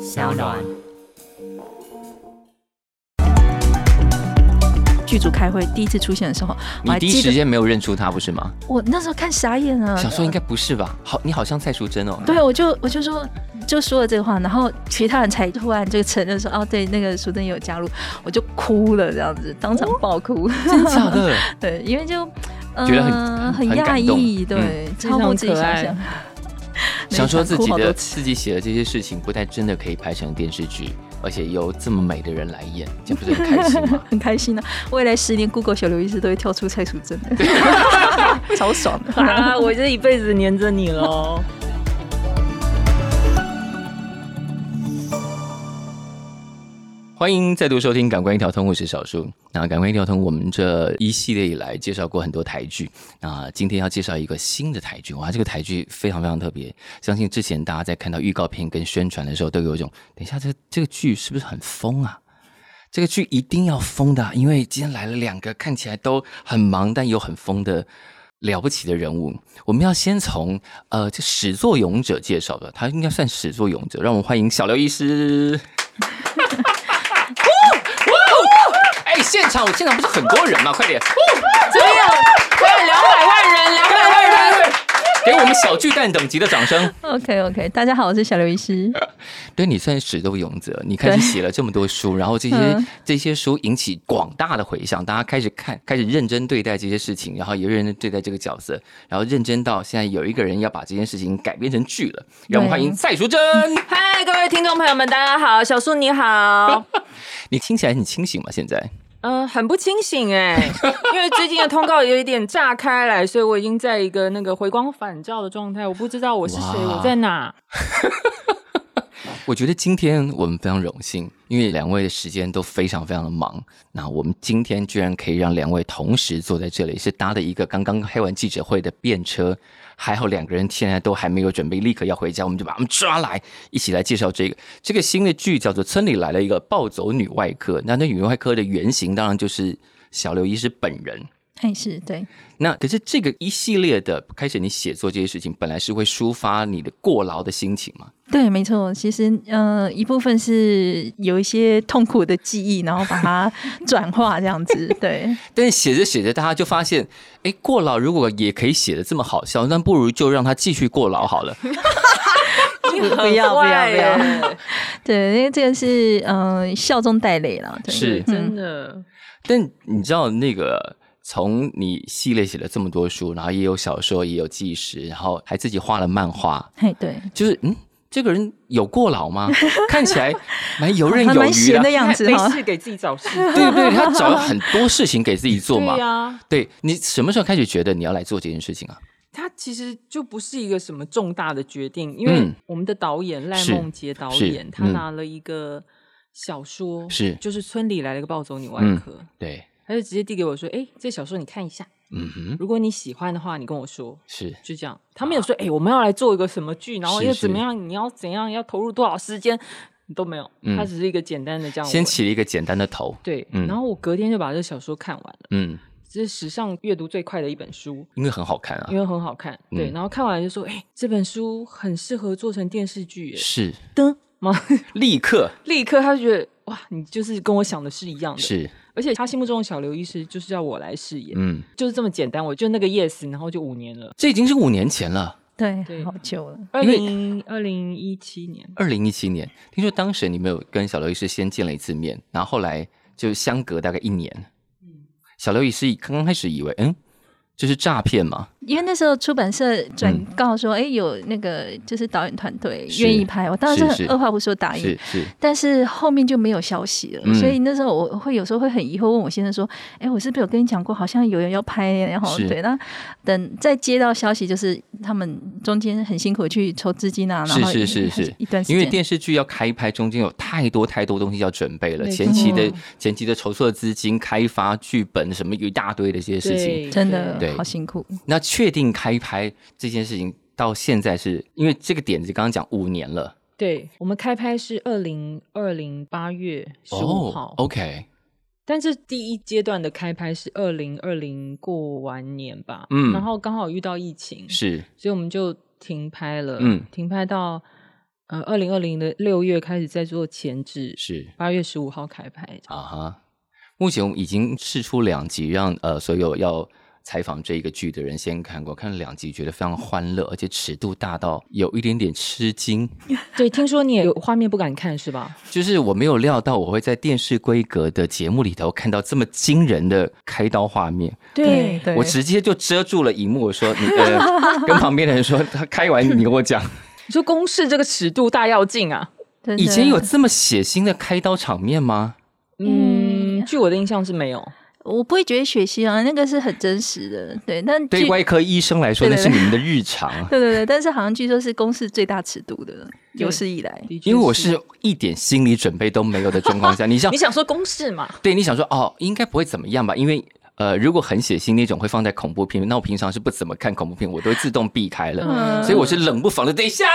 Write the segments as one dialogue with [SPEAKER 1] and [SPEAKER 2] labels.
[SPEAKER 1] 小暖。
[SPEAKER 2] 剧组开会第一次出现的时候，我
[SPEAKER 1] 你
[SPEAKER 2] 还
[SPEAKER 1] 第一
[SPEAKER 2] 记
[SPEAKER 1] 时
[SPEAKER 2] 得
[SPEAKER 1] 间没有认出他不是吗？
[SPEAKER 2] 我那时候看傻眼了。
[SPEAKER 1] 想说应该不是吧？好，你好像蔡淑珍哦。
[SPEAKER 2] 对，我就我就说就说了这个话，然后其他人才突然就承认说，哦，对，那个淑珍有加入，我就哭了，这样子当场爆哭。
[SPEAKER 1] 哦真的假的？
[SPEAKER 2] 对，因为就嗯、
[SPEAKER 1] 觉得很
[SPEAKER 2] 呃、
[SPEAKER 1] 很
[SPEAKER 2] 很
[SPEAKER 1] 感
[SPEAKER 2] 讶
[SPEAKER 1] 动嗯
[SPEAKER 2] 异，对，超乎自己想
[SPEAKER 3] 非常
[SPEAKER 2] 象。
[SPEAKER 1] 想说自己
[SPEAKER 2] 哭好
[SPEAKER 1] 的
[SPEAKER 2] 多次？
[SPEAKER 1] 自己写的这些事情，不但真的可以拍成电视剧，而且由这么美的人来演，这不是很开心吗
[SPEAKER 2] 很开心啊！未来十年，Google 小刘医师都会跳出蔡淑珍的， 超爽的。
[SPEAKER 3] 啊，我这一辈子黏着你喽。
[SPEAKER 1] 欢迎再度收听《感官一条通》，我是小树。那《感官一条通》，我们这一系列以来介绍过很多台剧，那今天要介绍一个新的台剧。哇，这个台剧非常非常特别，相信之前大家在看到预告片跟宣传的时候，都有一种等一下这这个剧是不是很疯啊？这个剧一定要疯的啊、因为今天来了两个看起来都很忙但又很疯的了不起的人物。我们要先从呃这始作俑者介绍的，他应该算始作俑者，让我们欢迎小刘医师。哎，现场现场不是很多人 吗？快点，
[SPEAKER 3] 只有只有两百万人，两百万人。
[SPEAKER 1] 给我们小巨蛋等级的掌声。
[SPEAKER 2] OK OK，大家好，我是小刘医师。
[SPEAKER 1] 对你算是始作俑者，你开始写了这么多书，然后这些、
[SPEAKER 2] 嗯
[SPEAKER 1] 这些书引起广大的回响，大家开始看，开始认真对待这些事情，然后也认真对待这个角色，然后认真到现在有一个人要把这件事情改编成剧了，让我们欢迎蔡淑珍。
[SPEAKER 3] 嗨，各位听众朋友们，大家好，小树你 好。
[SPEAKER 1] 你听起来很清醒吗？现在
[SPEAKER 3] 嗯、很不清醒哎、因为最近的通告有一点炸开来，所以我已经在一个那个回光返照的状态，我不知道我是谁，
[SPEAKER 1] 哇
[SPEAKER 3] 我在哪。
[SPEAKER 1] 我觉得今天我们非常荣幸，因为两位的时间都非常非常的忙。那我们今天居然可以让两位同时坐在这里，是搭的一个刚刚开完记者会的便车，还好两个人现在都还没有准备，立刻要回家，我们就把他们抓来，一起来介绍这个这个新的剧，叫做《村里来了一个暴走女外科》。那那女外科的原型当然就是小刘医师本人。
[SPEAKER 2] 嘿，哎是对，
[SPEAKER 1] 那可是这个一系列的开始，你写作这些事情本来是会抒发你的过劳的心情嘛？
[SPEAKER 2] 对，没错。其实，呃，一部分是有一些痛苦的记忆，然后把它 转化这样子。对，
[SPEAKER 1] 但是写着写着，大家就发现，哎，过劳如果也可以写的这么好笑，那不如就让他继续过劳好了。
[SPEAKER 3] 你
[SPEAKER 2] 不
[SPEAKER 3] 很
[SPEAKER 2] 不要嗯不要
[SPEAKER 3] 坏
[SPEAKER 2] 不要
[SPEAKER 3] 欸
[SPEAKER 2] 对，因为这个是呃笑中带泪啦。对
[SPEAKER 1] 是
[SPEAKER 3] 真的。
[SPEAKER 1] 但你知道那个，从你系列写了这么多书，然后也有小说，也有纪实，然后还自己画了漫画，
[SPEAKER 2] 嘿，对，
[SPEAKER 1] 就是嗯，这个人有过劳吗？看起来蛮游 刃
[SPEAKER 2] 还
[SPEAKER 1] 有
[SPEAKER 2] 蛮
[SPEAKER 1] 余
[SPEAKER 2] 闲
[SPEAKER 1] 的
[SPEAKER 2] 的，样子
[SPEAKER 3] 没
[SPEAKER 2] 哈。
[SPEAKER 3] 事，给自己找事。
[SPEAKER 1] 对不对？他找了很多事情给自己做 嘛。
[SPEAKER 3] 对呀、啊
[SPEAKER 1] 对你什么时候开始觉得你要来做这件事情啊？
[SPEAKER 3] 它其实就不是一个什么重大的决定，因为
[SPEAKER 1] 嗯
[SPEAKER 3] 我们的导演赖
[SPEAKER 1] 是
[SPEAKER 3] 梦杰导
[SPEAKER 1] 是
[SPEAKER 3] 演，他
[SPEAKER 1] 嗯
[SPEAKER 3] 拿了一个小说，
[SPEAKER 1] 是
[SPEAKER 3] 就是村里来了一个暴走女外
[SPEAKER 1] 嗯
[SPEAKER 3] 科，
[SPEAKER 1] 对，
[SPEAKER 3] 他就直接递给我说：“哎、这小说你看一下，
[SPEAKER 1] 嗯哼，
[SPEAKER 3] 如果你喜欢的话，你跟我说。”
[SPEAKER 1] 是
[SPEAKER 3] 就这样，他没有说：“哎、我们要来做一个什么剧，然后
[SPEAKER 1] 是
[SPEAKER 3] 又
[SPEAKER 1] 是
[SPEAKER 3] 怎么样？你要怎样？要投入多少时间？”都没有，
[SPEAKER 1] 嗯
[SPEAKER 3] 他只是一个简单的这样
[SPEAKER 1] 先
[SPEAKER 3] 问
[SPEAKER 1] 起了一个简单的头，
[SPEAKER 3] 对，
[SPEAKER 1] 嗯
[SPEAKER 3] 然后我隔天就把这小说看完了，
[SPEAKER 1] 嗯，
[SPEAKER 3] 这是史上阅读最快的一本书。
[SPEAKER 1] 因为很好看啊
[SPEAKER 3] 因，为很好看，对，
[SPEAKER 1] 嗯
[SPEAKER 3] 然后看完就说，哎、这本书很适合做成电视剧耶，
[SPEAKER 1] 是
[SPEAKER 3] 噔，妈，
[SPEAKER 1] 立刻
[SPEAKER 3] 立刻他就觉得，哇，你就是跟我想的是一样的，，
[SPEAKER 1] 是，
[SPEAKER 3] 而且他心目中的小刘医师就是要我来饰演，
[SPEAKER 1] 嗯，
[SPEAKER 3] 就是这么简单，我就那个 yes，然后就五年了，
[SPEAKER 1] 这已经是五年前了，
[SPEAKER 2] 对
[SPEAKER 3] 对，
[SPEAKER 2] 好久了。
[SPEAKER 3] 二
[SPEAKER 1] 因为
[SPEAKER 3] 零二零一七年，
[SPEAKER 1] 二零一七年。听说当时你们有跟小刘医师先见了一次面，然后后来就相隔大概一年。小刘医师刚刚开始以为，嗯，这是诈骗嘛？
[SPEAKER 2] 因为那时候出版社转
[SPEAKER 1] 嗯
[SPEAKER 2] 告说，哎、有那个就是导演团队
[SPEAKER 1] 是
[SPEAKER 2] 愿意拍，我当时
[SPEAKER 1] 是
[SPEAKER 2] 很
[SPEAKER 1] 是
[SPEAKER 2] 二话不说答应。
[SPEAKER 1] 是是，
[SPEAKER 2] 但是后面就没有消息了，
[SPEAKER 1] 嗯
[SPEAKER 2] 所以那时候我会有时候会很疑惑，问我先生说：“哎、我是不是有跟你讲过，好像有人要拍？”然后
[SPEAKER 1] 是
[SPEAKER 2] 对，那等再接到消息，就是他们中间很辛苦去筹资金啊，然后
[SPEAKER 1] 是是
[SPEAKER 2] 一
[SPEAKER 1] 是是
[SPEAKER 2] 一段时
[SPEAKER 1] 因
[SPEAKER 2] 间，
[SPEAKER 1] 为电视剧要开拍，中间有太多太多东西要准备了，
[SPEAKER 3] 没
[SPEAKER 1] 前期的
[SPEAKER 3] 错
[SPEAKER 1] 前期的筹措资金、开发剧本什么有一大堆的这些事情。
[SPEAKER 3] 对，
[SPEAKER 2] 真的
[SPEAKER 1] 对
[SPEAKER 2] 好辛苦，
[SPEAKER 1] 那确定开拍这件事情到现在是因为这个点子刚刚讲五年了
[SPEAKER 3] 对，我们开拍是二零二零八月十五号
[SPEAKER 1] 哦、，OK，
[SPEAKER 3] 但是第一阶段的开拍是二零二零过完年吧，
[SPEAKER 1] 嗯
[SPEAKER 3] 然后刚好遇到疫情，
[SPEAKER 1] 是
[SPEAKER 3] 所以我们就停拍了，
[SPEAKER 1] 嗯
[SPEAKER 3] 停拍到呃，二零二零的六月开始在做前置，
[SPEAKER 1] 是
[SPEAKER 3] 八月十五号开拍。
[SPEAKER 1] 啊哈。目前我们已经试出两集，让呃所有要采访这一个剧的人先看过，看了两集，觉得非常欢乐，而且尺度大到有一点点吃惊。
[SPEAKER 3] 对，听说你也有画面不敢看是吧？
[SPEAKER 1] 就是我没有料到我会在电视规格的节目里头看到这么惊人的开刀画面，
[SPEAKER 2] 对对，
[SPEAKER 1] 我直接就遮住了荧幕，我说你呃，跟旁边的人说，他开完你跟 我讲，
[SPEAKER 3] 你说公式这个尺度大要进啊？
[SPEAKER 2] 真的
[SPEAKER 1] 以前有这么血腥的开刀场面吗？
[SPEAKER 3] 嗯，
[SPEAKER 2] 嗯
[SPEAKER 3] 据我的印象是没有。
[SPEAKER 2] 我不会觉得血腥啊，那个是很真实的， 对。但
[SPEAKER 1] 对
[SPEAKER 2] 据
[SPEAKER 1] 外科医生来说，那
[SPEAKER 2] 对对
[SPEAKER 1] 是
[SPEAKER 2] 对
[SPEAKER 1] 你们的日常。啊
[SPEAKER 2] 对对对，但是好像据说是公司最大尺度的，
[SPEAKER 3] 对
[SPEAKER 2] 有史以来。
[SPEAKER 3] 的确
[SPEAKER 1] 因为我是一点心理准备都没有的状况下，你 像
[SPEAKER 3] 你想说公式嘛？
[SPEAKER 1] 对你想说哦，应该不会怎么样吧？因为呃，如果很血腥那种会放在恐怖片，那我平常是不怎么看恐怖片，我都会自动避开了。
[SPEAKER 3] 嗯
[SPEAKER 1] 所以我是冷不防的，等一下，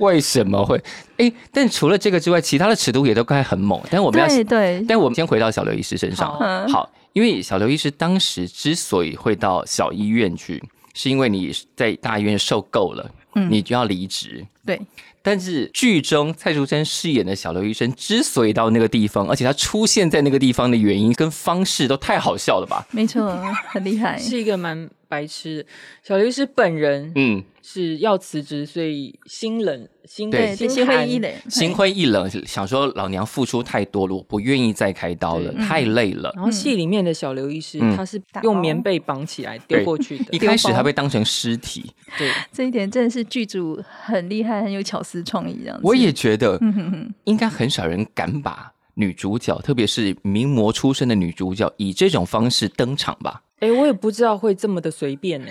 [SPEAKER 1] 为什么会？哎，但除了这个之外，其他的尺度也都该很猛。但我们要
[SPEAKER 2] 对对，
[SPEAKER 1] 但我们先回到小刘医师身上。
[SPEAKER 3] 好
[SPEAKER 2] 嗯
[SPEAKER 1] 好，因为小刘医师当时之所以会到小医院去，是因为你在大医院受够了，
[SPEAKER 2] 嗯
[SPEAKER 1] 你就要离职。
[SPEAKER 2] 对
[SPEAKER 1] 但是剧中蔡淑珍饰演的小刘医生之所以到那个地方，而且他出现在那个地方的原因跟方式都太好笑了吧？
[SPEAKER 2] 没错，很厉害。
[SPEAKER 3] 是一个蛮白痴的。小刘医师本人
[SPEAKER 1] 嗯，
[SPEAKER 3] 是要辞职，所以心冷心
[SPEAKER 1] 对
[SPEAKER 2] 对，
[SPEAKER 3] 心
[SPEAKER 2] 心
[SPEAKER 3] 寒
[SPEAKER 2] 灰意。冷，
[SPEAKER 1] 心灰意冷，想说老娘付出太多了，我不愿意再开刀了，
[SPEAKER 3] 对
[SPEAKER 1] 太累了。
[SPEAKER 3] 然后戏里面的小刘医师，
[SPEAKER 1] 嗯
[SPEAKER 3] 他是
[SPEAKER 2] 嗯打包
[SPEAKER 3] 用棉被绑起来丢过去
[SPEAKER 1] 一
[SPEAKER 3] 的。
[SPEAKER 1] 开始还被当成尸体，
[SPEAKER 3] 对，
[SPEAKER 2] 这一点真的是剧组很厉害，很有巧思创意这样子。
[SPEAKER 1] 我也觉得
[SPEAKER 2] 嗯哼哼，
[SPEAKER 1] 应该很少人敢把女主角，特别是名模出身的女主角，以这种方式登场吧。
[SPEAKER 3] 哎、我也不知道会这么的随便呢、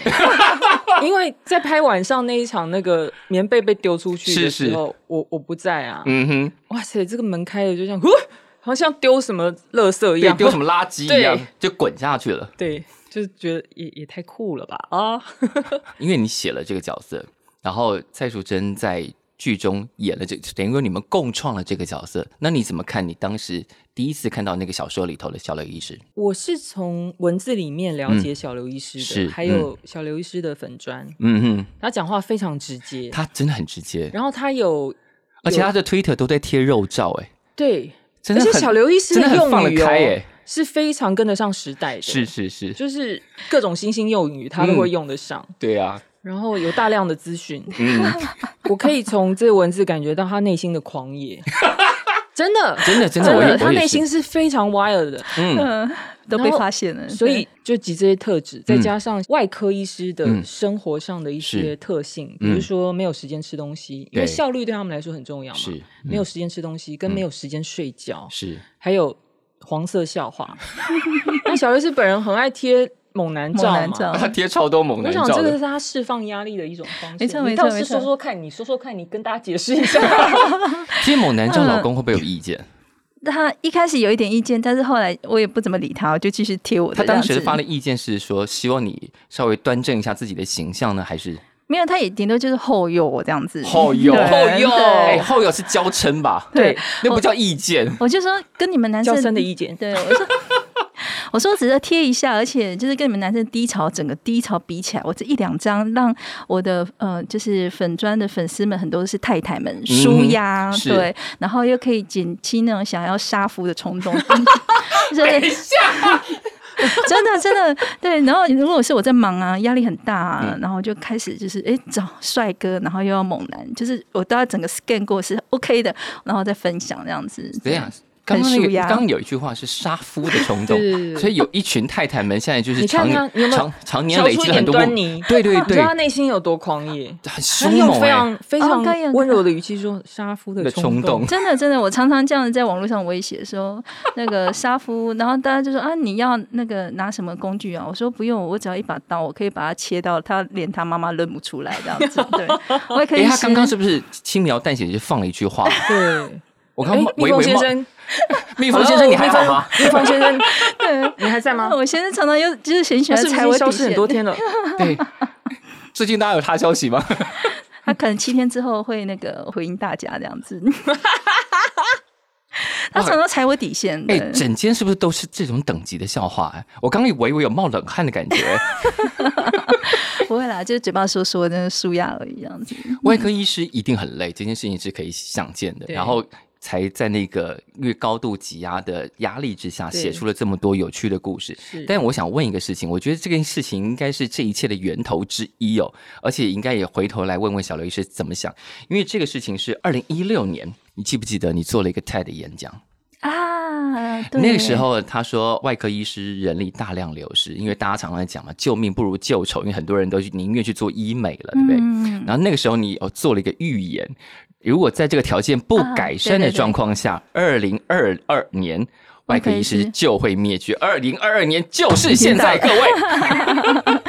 [SPEAKER 3] 因为在拍晚上那一场那个棉被被丢出去的
[SPEAKER 1] 是是
[SPEAKER 3] 时候，我我不在啊。
[SPEAKER 1] 嗯哼，
[SPEAKER 3] 哇塞，这个门开了就像，呼呃好像丢什么垃圾一
[SPEAKER 1] 对，
[SPEAKER 3] 样，
[SPEAKER 1] 丢什
[SPEAKER 3] 么？
[SPEAKER 1] 么垃圾一样
[SPEAKER 3] 对
[SPEAKER 1] 就滚下去了。
[SPEAKER 3] 对，就是觉得也也太酷了吧啊！
[SPEAKER 1] 因为你写了这个角色，然后蔡淑珍在剧中演了这，等于说你们共创了这个角色，那你怎么看你当时第一次看到那个小说里头的小刘医师？
[SPEAKER 3] 我是从文字里面了解小刘医师的，
[SPEAKER 1] 是
[SPEAKER 3] 还有小刘医师的粉砖，
[SPEAKER 1] 嗯哼，
[SPEAKER 3] 他讲话非常直接，
[SPEAKER 1] 他真的很直接，
[SPEAKER 3] 然后他有，
[SPEAKER 1] 而且他的 Twitter 都在贴肉照、哎，
[SPEAKER 3] 对，
[SPEAKER 1] 真的
[SPEAKER 3] 而
[SPEAKER 1] 很，
[SPEAKER 3] 且小刘医师
[SPEAKER 1] 真的很
[SPEAKER 3] 用
[SPEAKER 1] 放得
[SPEAKER 3] 语哦
[SPEAKER 1] 开、哎，
[SPEAKER 3] 是非常跟得上时代的，
[SPEAKER 1] 是是是，
[SPEAKER 3] 就是各种新兴用语他都会
[SPEAKER 1] 嗯
[SPEAKER 3] 用得上，
[SPEAKER 1] 对啊，
[SPEAKER 3] 然后有大量的资讯，
[SPEAKER 1] 嗯，
[SPEAKER 3] 我可以从这文字感觉到他内心的狂野， 真的。
[SPEAKER 1] 真的
[SPEAKER 3] 真
[SPEAKER 1] 真的，我也
[SPEAKER 3] 的，
[SPEAKER 1] 我
[SPEAKER 3] 他
[SPEAKER 1] 也
[SPEAKER 3] 内
[SPEAKER 1] 是
[SPEAKER 3] 心是非常 wild 的，
[SPEAKER 1] 嗯
[SPEAKER 2] 嗯， 都
[SPEAKER 3] 然
[SPEAKER 2] 被
[SPEAKER 3] 后
[SPEAKER 2] 发现了，
[SPEAKER 3] 所以就集这些特质，再加上外科医师的
[SPEAKER 1] 嗯
[SPEAKER 3] 生活上的一些
[SPEAKER 1] 是
[SPEAKER 3] 特性，
[SPEAKER 1] 嗯
[SPEAKER 3] 比如说没有时间吃东西，因为
[SPEAKER 1] 对
[SPEAKER 3] 效率对他们来说很重要嘛。
[SPEAKER 1] 是嗯
[SPEAKER 3] 没有时间吃东西，跟没有时间睡觉，
[SPEAKER 1] 是
[SPEAKER 3] 还有黄色笑话。 那小律师本人很爱贴猛男
[SPEAKER 2] 猛
[SPEAKER 1] 啊
[SPEAKER 3] 照
[SPEAKER 2] 男
[SPEAKER 3] 嘛。
[SPEAKER 2] 照，
[SPEAKER 1] 他贴超多猛
[SPEAKER 3] 我
[SPEAKER 1] 男
[SPEAKER 3] 想
[SPEAKER 1] 照
[SPEAKER 3] 这个是
[SPEAKER 1] 的，
[SPEAKER 3] 他释放压力的一种方式。
[SPEAKER 2] 没错
[SPEAKER 3] 你
[SPEAKER 2] 没错
[SPEAKER 3] 倒是
[SPEAKER 2] 没错
[SPEAKER 3] 说说看，你说说看，你跟大家解释一 下。
[SPEAKER 1] 贴猛男
[SPEAKER 3] 嗯
[SPEAKER 1] 照，老公会不会有意见？
[SPEAKER 2] 他一开始有一点意见，但是后来我也不怎么理他，我就继续贴我的。
[SPEAKER 1] 他当时发的，意见是说，希望你稍微端正一下自己的形象呢，还是
[SPEAKER 2] 没有，他也顶多就是 后右我这样子。
[SPEAKER 1] 后友
[SPEAKER 2] 对
[SPEAKER 1] 后
[SPEAKER 3] 友
[SPEAKER 1] 哎、
[SPEAKER 2] 对
[SPEAKER 1] 后友是娇嗔吧？
[SPEAKER 3] 对，
[SPEAKER 1] 那不叫意见。
[SPEAKER 2] 我就说跟你们男
[SPEAKER 3] 娇
[SPEAKER 2] 生
[SPEAKER 3] 生的意 见，
[SPEAKER 2] 对，我说 我说我只是贴一下，而且就是跟你们男生低潮整个低潮比起来，我这一两张让我的呃就是粉砖的粉丝们很多是太太们舒压，
[SPEAKER 1] 是
[SPEAKER 2] 对，然后又可以减轻那种想要杀夫的冲动。就是真的真的对，然后如果是我在忙啊，压力很大啊，然后就开始就是哎找帅哥，然后又要猛男，就是我都要整个 scan 过是 OK 的，然后再分享这样子。
[SPEAKER 1] 对呀，刚
[SPEAKER 2] 很
[SPEAKER 1] 刚那
[SPEAKER 2] 舒
[SPEAKER 1] 个
[SPEAKER 2] 压
[SPEAKER 1] 刚刚有一句话是杀夫的冲动
[SPEAKER 3] 对对对，对
[SPEAKER 1] 所以有一群太太们现在就是
[SPEAKER 3] 你看
[SPEAKER 1] 常
[SPEAKER 3] 他你有
[SPEAKER 1] 年
[SPEAKER 3] 没有
[SPEAKER 1] 常常年
[SPEAKER 3] 瞧
[SPEAKER 1] 累
[SPEAKER 3] 出一
[SPEAKER 1] 积了
[SPEAKER 3] 点
[SPEAKER 1] 很多
[SPEAKER 3] 端
[SPEAKER 1] 不
[SPEAKER 3] 倪
[SPEAKER 1] 对对
[SPEAKER 3] 你知
[SPEAKER 1] 对
[SPEAKER 3] 道，他内心有多狂野？
[SPEAKER 1] 很
[SPEAKER 3] 他
[SPEAKER 1] 凶
[SPEAKER 3] 用
[SPEAKER 1] 猛
[SPEAKER 3] 非
[SPEAKER 1] 哎
[SPEAKER 3] 常非
[SPEAKER 2] 哦
[SPEAKER 3] 常
[SPEAKER 2] 可以啊
[SPEAKER 3] 温柔的语气说：“杀夫的
[SPEAKER 1] 的
[SPEAKER 3] 动
[SPEAKER 1] 冲动，。
[SPEAKER 2] 真的真的，我常常这样子在网络上威胁说那个杀夫，然后大家就说啊，你要那个拿什么工具啊？我说不用，我只要一把刀，我可以把它切到他连他妈妈认不出来这样子。 对，我也可
[SPEAKER 1] 哎，
[SPEAKER 2] 以
[SPEAKER 1] 他
[SPEAKER 2] 使
[SPEAKER 1] 刚刚是不是轻描淡写就放了一句话？
[SPEAKER 3] 对，
[SPEAKER 1] 我刚
[SPEAKER 3] 哎，
[SPEAKER 1] 刚
[SPEAKER 3] 蜜
[SPEAKER 1] 哦微
[SPEAKER 3] 蜂
[SPEAKER 1] 微
[SPEAKER 3] 先
[SPEAKER 1] 冒，
[SPEAKER 3] 生，哦
[SPEAKER 1] 蜜蜂先生你还好吗？
[SPEAKER 3] 蜜蜂先生，
[SPEAKER 2] 对。
[SPEAKER 3] 你还在吗？
[SPEAKER 2] 我先生常常又就是很喜
[SPEAKER 3] 他
[SPEAKER 2] 欢
[SPEAKER 3] 是不
[SPEAKER 2] 踩
[SPEAKER 3] 是
[SPEAKER 2] 我
[SPEAKER 3] 消
[SPEAKER 2] 底
[SPEAKER 3] 失很
[SPEAKER 2] 线，
[SPEAKER 3] 多天了？
[SPEAKER 1] 对， 最近大家有他 消息吗？
[SPEAKER 2] 他可能七天之后会那个回应大家这样子。他常常踩我底线
[SPEAKER 1] 哎、
[SPEAKER 2] 的。
[SPEAKER 1] 整间是不是都是这种等级的笑话、啊？我刚以为我有冒冷汗的感觉。
[SPEAKER 2] 不会啦，就是嘴巴说说，那舒压而已，这样子。
[SPEAKER 1] 外科医师一定很累，这件事情是可以想见的。
[SPEAKER 3] 嗯对
[SPEAKER 1] 然后才在那个越高度挤压的压力之下，
[SPEAKER 3] 对
[SPEAKER 1] 写出了这么多有趣的故事。
[SPEAKER 3] 是
[SPEAKER 1] 但我想问一个事情，我觉得这件事情应该是这一切的源头之一哦，而且应该也回头来问问小刘医师怎么想，因为这个事情是二零一六年，你记不记得你做了一个 TED 演讲？
[SPEAKER 2] 啊，对，
[SPEAKER 1] 那个时候他说，外科医师人力大量流失，因为大家常常讲嘛，救命不如救丑，因为很多人都去宁愿去做医美了，对不对？
[SPEAKER 2] 嗯
[SPEAKER 1] 然后那个时候你有做了一个预言，如果在这个条件不改
[SPEAKER 2] 啊
[SPEAKER 1] 善的
[SPEAKER 2] 对对对
[SPEAKER 1] 状况下，二零二二年外科医
[SPEAKER 2] 外
[SPEAKER 1] 师
[SPEAKER 2] 科医师
[SPEAKER 1] 就会灭绝，二零二二年就是现在，各位。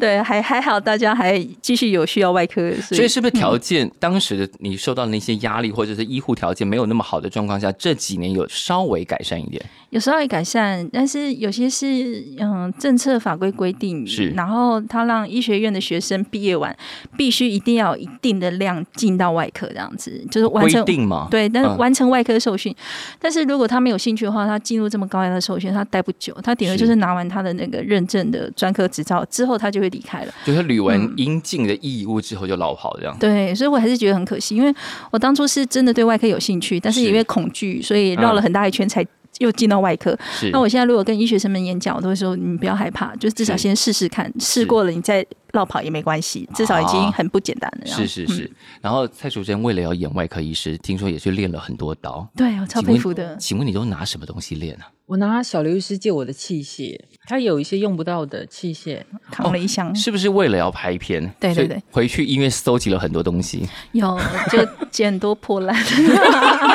[SPEAKER 2] 对，还还好，大家还继续有需要外科，
[SPEAKER 1] 所以是不是条件、当时的你受到的那些压力，或者是医护条件没有那么好的状况下，这几年有稍微改善一点？
[SPEAKER 2] 有时候也改善，但是有些是嗯政策法规规定，
[SPEAKER 1] 是
[SPEAKER 2] 然后他让医学院的学生毕业完必须一定要有一定的量进到外科这样子，就是完
[SPEAKER 1] 规
[SPEAKER 2] 成。
[SPEAKER 1] 定吗？
[SPEAKER 2] 对，但是
[SPEAKER 1] 嗯
[SPEAKER 2] 完成外科受训，但是如果他没有兴趣的话，他进入这么高压的受训，他待不久，他顶多就是是拿完他的那个认证的专科执照之后，他就会离开了。
[SPEAKER 1] 就是履完应尽的义务之后就老跑这样。
[SPEAKER 2] 对，所以我还是觉得很可惜，因为我当初是真的对外科有兴趣，但是
[SPEAKER 1] 是啊
[SPEAKER 2] 因为恐惧，所以绕了很大一圈才又进到外科。
[SPEAKER 1] 是，
[SPEAKER 2] 那我现在如果跟医学生们演讲，我都会说你们不要害怕，就是至少
[SPEAKER 1] 是啊
[SPEAKER 2] 先试试看，试过了你再绕跑也没关系，至少已经很不简单了。嗯
[SPEAKER 1] 是是是。然后蔡淑珍为了要演外科医师，听说也去练了很多刀。
[SPEAKER 2] 对我超
[SPEAKER 1] 请问
[SPEAKER 2] 佩服的。
[SPEAKER 1] 请问你都拿什么东西练啊呢、
[SPEAKER 3] 我拿小刘医师借我的器械，他有一些用不到的器械，
[SPEAKER 2] 扛了一箱，
[SPEAKER 1] 是不是为了要拍片？
[SPEAKER 2] 对
[SPEAKER 1] 所以
[SPEAKER 2] 对对
[SPEAKER 1] 回去医院搜集了很多东西。
[SPEAKER 2] 有就捡多破烂。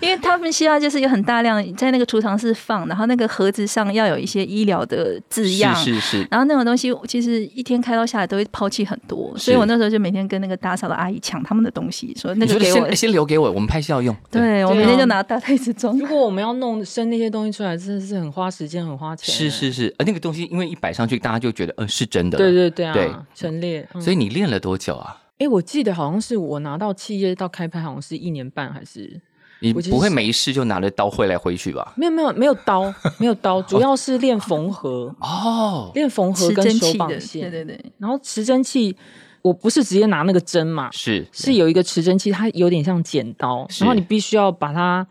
[SPEAKER 2] 因为他们希望就是有很大量在那个储藏室放，然后那个盒子上要有一些医疗的字样，
[SPEAKER 1] 是是是，
[SPEAKER 2] 然后那种东西其实一天开刀下来都会抛弃很多，所以
[SPEAKER 1] 是
[SPEAKER 2] 我那时候就每天跟那个打扫的阿姨抢他们的东西，说那
[SPEAKER 1] 你
[SPEAKER 2] 个
[SPEAKER 1] 说
[SPEAKER 2] 给我
[SPEAKER 1] 先。先留给我，我们拍效用。
[SPEAKER 2] 对，我
[SPEAKER 3] 对啊
[SPEAKER 2] 每天就拿大袋子装
[SPEAKER 3] 如。果我们要弄生那些东西出来，真的是很花时间，很花钱。欸
[SPEAKER 1] 是是是，呃，那个东西因为一摆上去，大家就觉得，呃，是真的了。
[SPEAKER 3] 对对对啊，
[SPEAKER 1] 对
[SPEAKER 3] 陈列。嗯
[SPEAKER 1] 所以你练了多久啊？
[SPEAKER 3] 哎、我记得好像是我拿到器械到开拍，好像是一年半还是
[SPEAKER 1] 你
[SPEAKER 3] 我其实
[SPEAKER 1] 不会没事就拿着刀挥来挥去吧？
[SPEAKER 3] 没有没有没有刀没有 刀，主要是练缝合，
[SPEAKER 1] 哦，
[SPEAKER 3] 练缝合
[SPEAKER 2] 持
[SPEAKER 3] 跟
[SPEAKER 2] 针
[SPEAKER 3] 手
[SPEAKER 2] 器
[SPEAKER 3] 绑
[SPEAKER 2] 的，
[SPEAKER 3] 线。
[SPEAKER 2] 对对对，
[SPEAKER 3] 然后持针器，我不是直接拿那个针嘛，
[SPEAKER 1] 是
[SPEAKER 3] 是有一个持针器，它有点像剪刀，
[SPEAKER 1] 是
[SPEAKER 3] 然后你必须要把它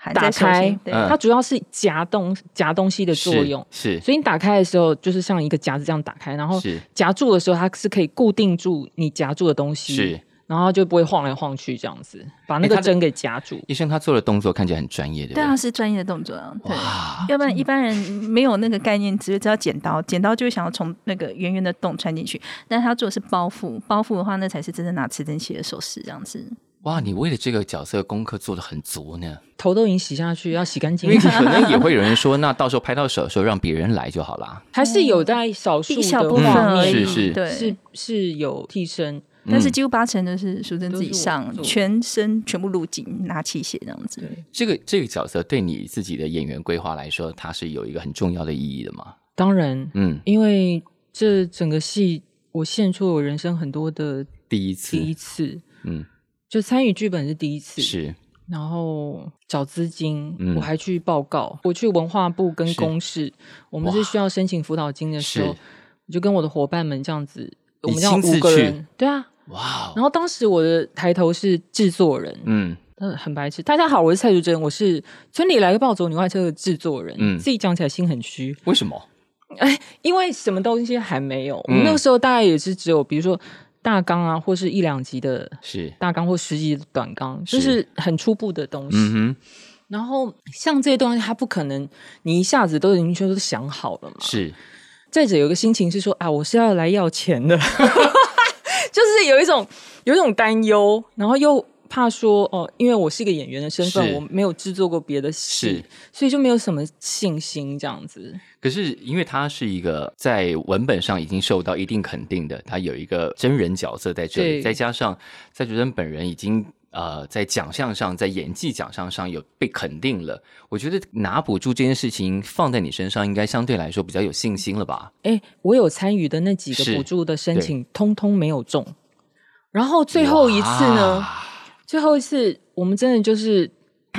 [SPEAKER 2] 含
[SPEAKER 3] 打
[SPEAKER 2] 在手
[SPEAKER 3] 开
[SPEAKER 2] 心，对，
[SPEAKER 1] 嗯
[SPEAKER 3] 它主要是夹东夹东西的作用。
[SPEAKER 1] 是
[SPEAKER 3] 所以你打开的时候，就是像一个夹子这样打开，然后
[SPEAKER 1] 是
[SPEAKER 3] 夹住的时候，它是可以固定住你夹住的东
[SPEAKER 1] 是
[SPEAKER 3] 西，
[SPEAKER 1] 是。
[SPEAKER 3] 然后它就不会晃来晃去这样子，把那
[SPEAKER 1] 诶
[SPEAKER 3] 个
[SPEAKER 1] 它的
[SPEAKER 3] 针给夹住。
[SPEAKER 1] 医生他做的动作看起来很专业，对不
[SPEAKER 2] 对啊，是专业的动作啊，对。
[SPEAKER 1] 哇，
[SPEAKER 2] 要不然一般人没有那个概念，只会知道剪刀，剪刀就会想要从那个圆圆的洞穿进去。但是他做的是包覆，包覆的话，那才是真正拿持针器的手势这样子。
[SPEAKER 1] 哇，你为了这个角色功课做的很足呢，
[SPEAKER 3] 头都已经洗下 去，要洗干
[SPEAKER 1] 因
[SPEAKER 3] 净
[SPEAKER 1] 为。可能也会有人说， 那到时候拍到手的时候让别人来就好啦。
[SPEAKER 3] 还是有在少数
[SPEAKER 2] 一
[SPEAKER 3] 的
[SPEAKER 2] 小部分
[SPEAKER 3] 画
[SPEAKER 2] 而
[SPEAKER 3] 面
[SPEAKER 2] 已，
[SPEAKER 1] 嗯是是
[SPEAKER 2] 对。
[SPEAKER 3] 是是有替身，
[SPEAKER 2] 但
[SPEAKER 1] 嗯
[SPEAKER 2] 是几乎八成都是淑珍自己上
[SPEAKER 3] 都是我，做
[SPEAKER 2] 全身全部入镜，拿器械这样子。
[SPEAKER 1] 这个这个角色对你自己的演员规划来说，它是有一个很重要的意义的嘛？
[SPEAKER 3] 当然，
[SPEAKER 1] 嗯，
[SPEAKER 3] 因为这整个戏我献出了我人生很多的
[SPEAKER 1] 第一次，
[SPEAKER 3] 第一次，
[SPEAKER 1] 嗯，
[SPEAKER 3] 就参与剧本是第一次，
[SPEAKER 1] 是
[SPEAKER 3] 然后找资金，
[SPEAKER 1] 嗯
[SPEAKER 3] 我还去报告，我去文化部跟
[SPEAKER 1] 是
[SPEAKER 3] 公示，我们是
[SPEAKER 1] 哇
[SPEAKER 3] 需要申请辅导金的时候
[SPEAKER 1] 是，
[SPEAKER 3] 我就跟我的伙伴们这样子，我
[SPEAKER 1] 你
[SPEAKER 3] 们这样
[SPEAKER 1] 亲自
[SPEAKER 3] 五个
[SPEAKER 1] 去
[SPEAKER 3] 人，对啊，
[SPEAKER 1] 哇哦，
[SPEAKER 3] 然后当时我的抬头是制作人，
[SPEAKER 1] 嗯，
[SPEAKER 3] 呃，很白痴。大家好，我是蔡淑珍，我是《村里来个暴走女外车》的制作人。
[SPEAKER 1] 嗯
[SPEAKER 3] 自己讲起来心很虚，
[SPEAKER 1] 为什么？
[SPEAKER 3] 因为什么东西还没有。我
[SPEAKER 1] 嗯
[SPEAKER 3] 们那个时候大概也是只有，比如说大纲啊，或是一两集的
[SPEAKER 1] 是，
[SPEAKER 3] 大纲或十集的短纲，
[SPEAKER 1] 是
[SPEAKER 3] 就是很初步的东西。
[SPEAKER 1] 嗯哼，
[SPEAKER 3] 然后像这些东西，它不可能你一下子都已经全都想好了嘛。
[SPEAKER 1] 是
[SPEAKER 3] 再者，有一个心情是说啊，我是要来要钱的， 就是有一种有一种担忧，然后又怕说哦，因为我是一个演员的身
[SPEAKER 1] 是
[SPEAKER 3] 份，我没有制作过别的
[SPEAKER 1] 是
[SPEAKER 3] 戏，。所以就没有什么信心这样子。
[SPEAKER 1] 可是，因为他是一个在文本上已经受到一定肯定的，他有一个真人角色在这里，
[SPEAKER 3] 对
[SPEAKER 1] 再加上蔡主任本人已经呃在奖项上，在演技奖项上有被肯定了，我觉得拿补助这件事情放在你身上，应该相对来说比较有信心了吧？
[SPEAKER 3] 哎、我有参与的那几
[SPEAKER 1] 是
[SPEAKER 3] 个补助的申请，通通没有中。然后最后一次呢？
[SPEAKER 1] 哇？
[SPEAKER 3] 最后一次我们真的就是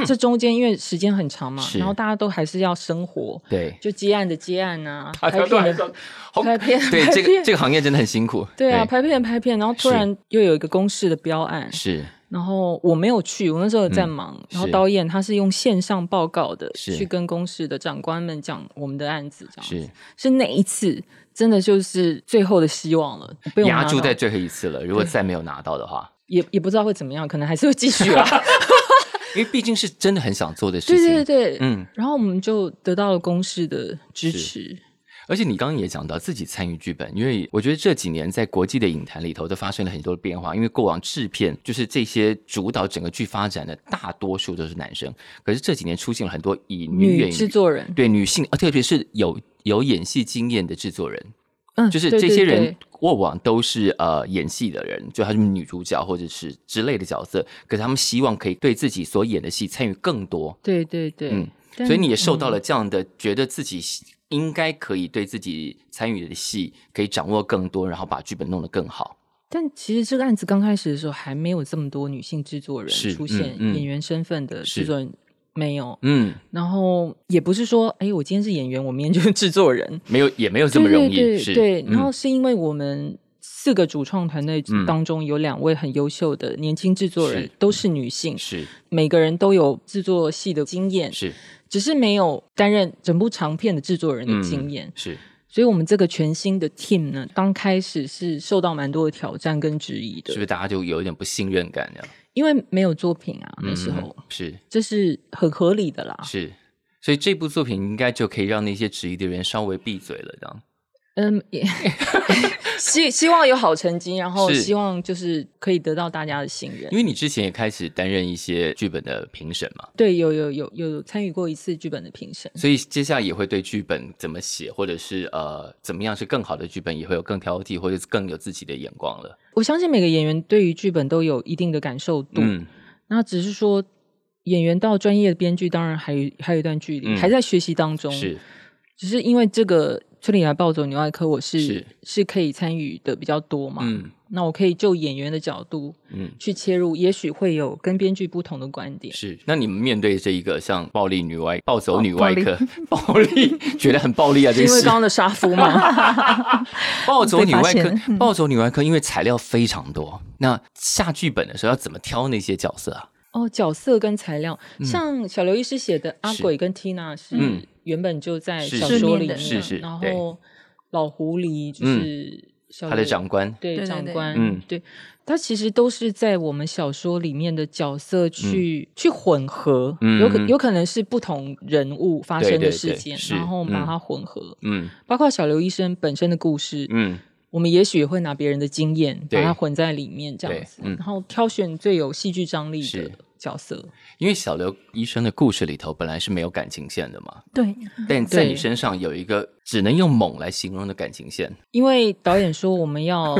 [SPEAKER 3] 这中间因为时间很长嘛，
[SPEAKER 1] 是
[SPEAKER 3] 然后大家都还是要生活，
[SPEAKER 1] 对，
[SPEAKER 3] 就接案的接案啊，
[SPEAKER 1] 大
[SPEAKER 3] 拍
[SPEAKER 1] 家都
[SPEAKER 3] 片
[SPEAKER 1] 还
[SPEAKER 3] 的
[SPEAKER 1] 说好
[SPEAKER 3] 拍片的
[SPEAKER 1] 对
[SPEAKER 3] 拍
[SPEAKER 1] 这个
[SPEAKER 3] 片
[SPEAKER 1] 这个行业真的很辛苦。
[SPEAKER 3] 对啊，拍片的拍片，然后突
[SPEAKER 1] 是
[SPEAKER 3] 然又有一个公式的标案，
[SPEAKER 1] 是
[SPEAKER 3] 然后我没有去，我那时候在忙。然后
[SPEAKER 1] 是
[SPEAKER 3] 导演他是用线上报告的，
[SPEAKER 1] 是
[SPEAKER 3] 去跟公司的长官们讲我们的案子，这样
[SPEAKER 1] 是
[SPEAKER 3] 是那一次真的就是最后的希望了，被我拿
[SPEAKER 1] 压住
[SPEAKER 3] 到
[SPEAKER 1] 在最后一次了，如果再没有拿到的话，
[SPEAKER 3] 也也不知道会怎么样，可能还是会继续啊。
[SPEAKER 1] 因为毕竟 是真的很想做的事
[SPEAKER 3] 对
[SPEAKER 1] 情。
[SPEAKER 3] 对对，对
[SPEAKER 1] 嗯，
[SPEAKER 3] 然后我们就得到了公司的支持，
[SPEAKER 1] 而且你刚刚也讲到自己参与剧本，因为我觉得这几年在国际的影坛里头都发生了很多的变化。因为过往制片就是这些主导整个剧发展的大多数都是男生，可是这几年出现了很多以女演
[SPEAKER 3] 女
[SPEAKER 1] 员
[SPEAKER 3] 制作人，
[SPEAKER 1] 对女性，啊，特别是有有演戏经验的制作人，
[SPEAKER 3] 嗯，
[SPEAKER 1] 就是
[SPEAKER 3] 对
[SPEAKER 1] 这
[SPEAKER 3] 对
[SPEAKER 1] 些人
[SPEAKER 3] 对
[SPEAKER 1] 过往都是呃演戏的人，就他们女主角或者是之类的角色，可是他们希望可以对自己所演的戏参与更多，
[SPEAKER 3] 对对对，
[SPEAKER 1] 嗯
[SPEAKER 3] 但
[SPEAKER 1] 所以你也受到了这样的，觉得自己应该可以对自己参与的戏可以掌握更多，然后把剧本弄得更好。
[SPEAKER 3] 但其实这个案子刚开始的时候，还没有这么多女性制作人
[SPEAKER 1] 是
[SPEAKER 3] 出现，
[SPEAKER 1] 嗯嗯
[SPEAKER 3] 演员身份的
[SPEAKER 1] 是
[SPEAKER 3] 制作人没有。
[SPEAKER 1] 嗯，
[SPEAKER 3] 然后也不是说，哎，我今天是演员，我明天就是制作人，
[SPEAKER 1] 没有也没有这么容易，
[SPEAKER 3] 对
[SPEAKER 1] 是
[SPEAKER 3] 对对对，然后
[SPEAKER 1] 嗯、
[SPEAKER 3] 是因为我们四个主创团队
[SPEAKER 1] 嗯
[SPEAKER 3] 当中有两位很优秀的年轻制作人
[SPEAKER 1] 是，嗯
[SPEAKER 3] 都是女性，
[SPEAKER 1] 是
[SPEAKER 3] 每个人都有制作戏的经验，
[SPEAKER 1] 是
[SPEAKER 3] 只是没有担任整部长片的制作人
[SPEAKER 1] 嗯
[SPEAKER 3] 的经验。
[SPEAKER 1] 是
[SPEAKER 3] 所以，我们这个全新的 team 呢，刚开始是受到蛮多的挑战跟质疑
[SPEAKER 1] 是
[SPEAKER 3] 的
[SPEAKER 1] 不，是大家就有一点不信任感这样？
[SPEAKER 3] 因为没有作品啊，那时候、
[SPEAKER 1] 嗯是
[SPEAKER 3] 这是很合理的啦。
[SPEAKER 1] 是，所以这部作品应该就可以让那些质疑的人稍微闭嘴了，这样。
[SPEAKER 3] 嗯， 也希希望有好成绩，然后
[SPEAKER 1] 是
[SPEAKER 3] 希望就是可以得到大家的信任
[SPEAKER 1] 因。为你之前也开始担任一些剧本的评审嘛，
[SPEAKER 3] 对，有有有有参与过一次剧本的评审。
[SPEAKER 1] 所以接下来也会对剧本怎么写，或者是呃怎么样是更好的剧本，也会有更挑剔或者是更有自己的眼光了。
[SPEAKER 3] 我相信每个演员对于剧本都有一定的感受度，
[SPEAKER 1] 嗯，
[SPEAKER 3] 那只是说演员到专业的编剧，当然还有还有一段距离，
[SPEAKER 1] 嗯
[SPEAKER 3] 还在学习当中。，
[SPEAKER 1] 是
[SPEAKER 3] 只是因为这个村里来暴走牛爱科，我是
[SPEAKER 1] 是
[SPEAKER 3] 是可以参与的比较多嘛。
[SPEAKER 1] 嗯
[SPEAKER 3] 那我可以就演员的角度
[SPEAKER 1] 嗯
[SPEAKER 3] 去切入，也许会有跟编剧不同的观点。
[SPEAKER 1] 是。那你们面对这一个像暴力女外、暴走女
[SPEAKER 2] 暴暴
[SPEAKER 1] 外
[SPEAKER 2] 力
[SPEAKER 1] 科、 暴力，觉得很暴力啊，这
[SPEAKER 3] 因
[SPEAKER 1] 个
[SPEAKER 3] 为
[SPEAKER 1] 事
[SPEAKER 3] 刚。刚的杀夫 嘛，
[SPEAKER 1] 暴走女外
[SPEAKER 2] 被
[SPEAKER 1] 科
[SPEAKER 2] 发现，嗯
[SPEAKER 1] 暴走女外科，因为材料非常多，那下剧本的时候要怎么挑那些角色啊？
[SPEAKER 3] 哦，角色跟材料，像小刘医师写的阿
[SPEAKER 1] 嗯是
[SPEAKER 3] 鬼跟 Tina 是
[SPEAKER 1] 嗯
[SPEAKER 3] 原本就在
[SPEAKER 1] 是
[SPEAKER 3] 小
[SPEAKER 2] 是
[SPEAKER 3] 说
[SPEAKER 2] 是
[SPEAKER 3] 里面，
[SPEAKER 2] 是
[SPEAKER 1] 是
[SPEAKER 3] 然
[SPEAKER 1] 对嗯
[SPEAKER 3] 后老狐狸就是小
[SPEAKER 1] 他的
[SPEAKER 3] 刘
[SPEAKER 1] 长官
[SPEAKER 3] 对
[SPEAKER 2] 对
[SPEAKER 3] 长
[SPEAKER 2] 对
[SPEAKER 3] 官，
[SPEAKER 1] 嗯
[SPEAKER 3] 对，他其实都是在我们小说里面的角色去、去混合，有可
[SPEAKER 1] 嗯
[SPEAKER 3] 有可能是不同人物发生
[SPEAKER 1] 对对
[SPEAKER 3] 的事
[SPEAKER 1] 对
[SPEAKER 3] 件，
[SPEAKER 1] 是
[SPEAKER 3] 然后
[SPEAKER 1] 嗯
[SPEAKER 3] 把它混合，
[SPEAKER 1] 嗯
[SPEAKER 3] 包括小刘医生本身的故事，
[SPEAKER 1] 嗯，
[SPEAKER 3] 我们也许也会拿别人的经验
[SPEAKER 1] 对
[SPEAKER 3] 把它混在里面，这样子，
[SPEAKER 1] 对嗯
[SPEAKER 3] 然后挑选最有戏剧张力的
[SPEAKER 1] 是
[SPEAKER 3] 角色。
[SPEAKER 1] 因为小刘医生的故事里头本来是没有感情线的嘛，
[SPEAKER 2] 对，
[SPEAKER 1] 但在你
[SPEAKER 3] 对
[SPEAKER 1] 身上有一个只能用猛来形容的感情线，
[SPEAKER 3] 因为导演说我们 要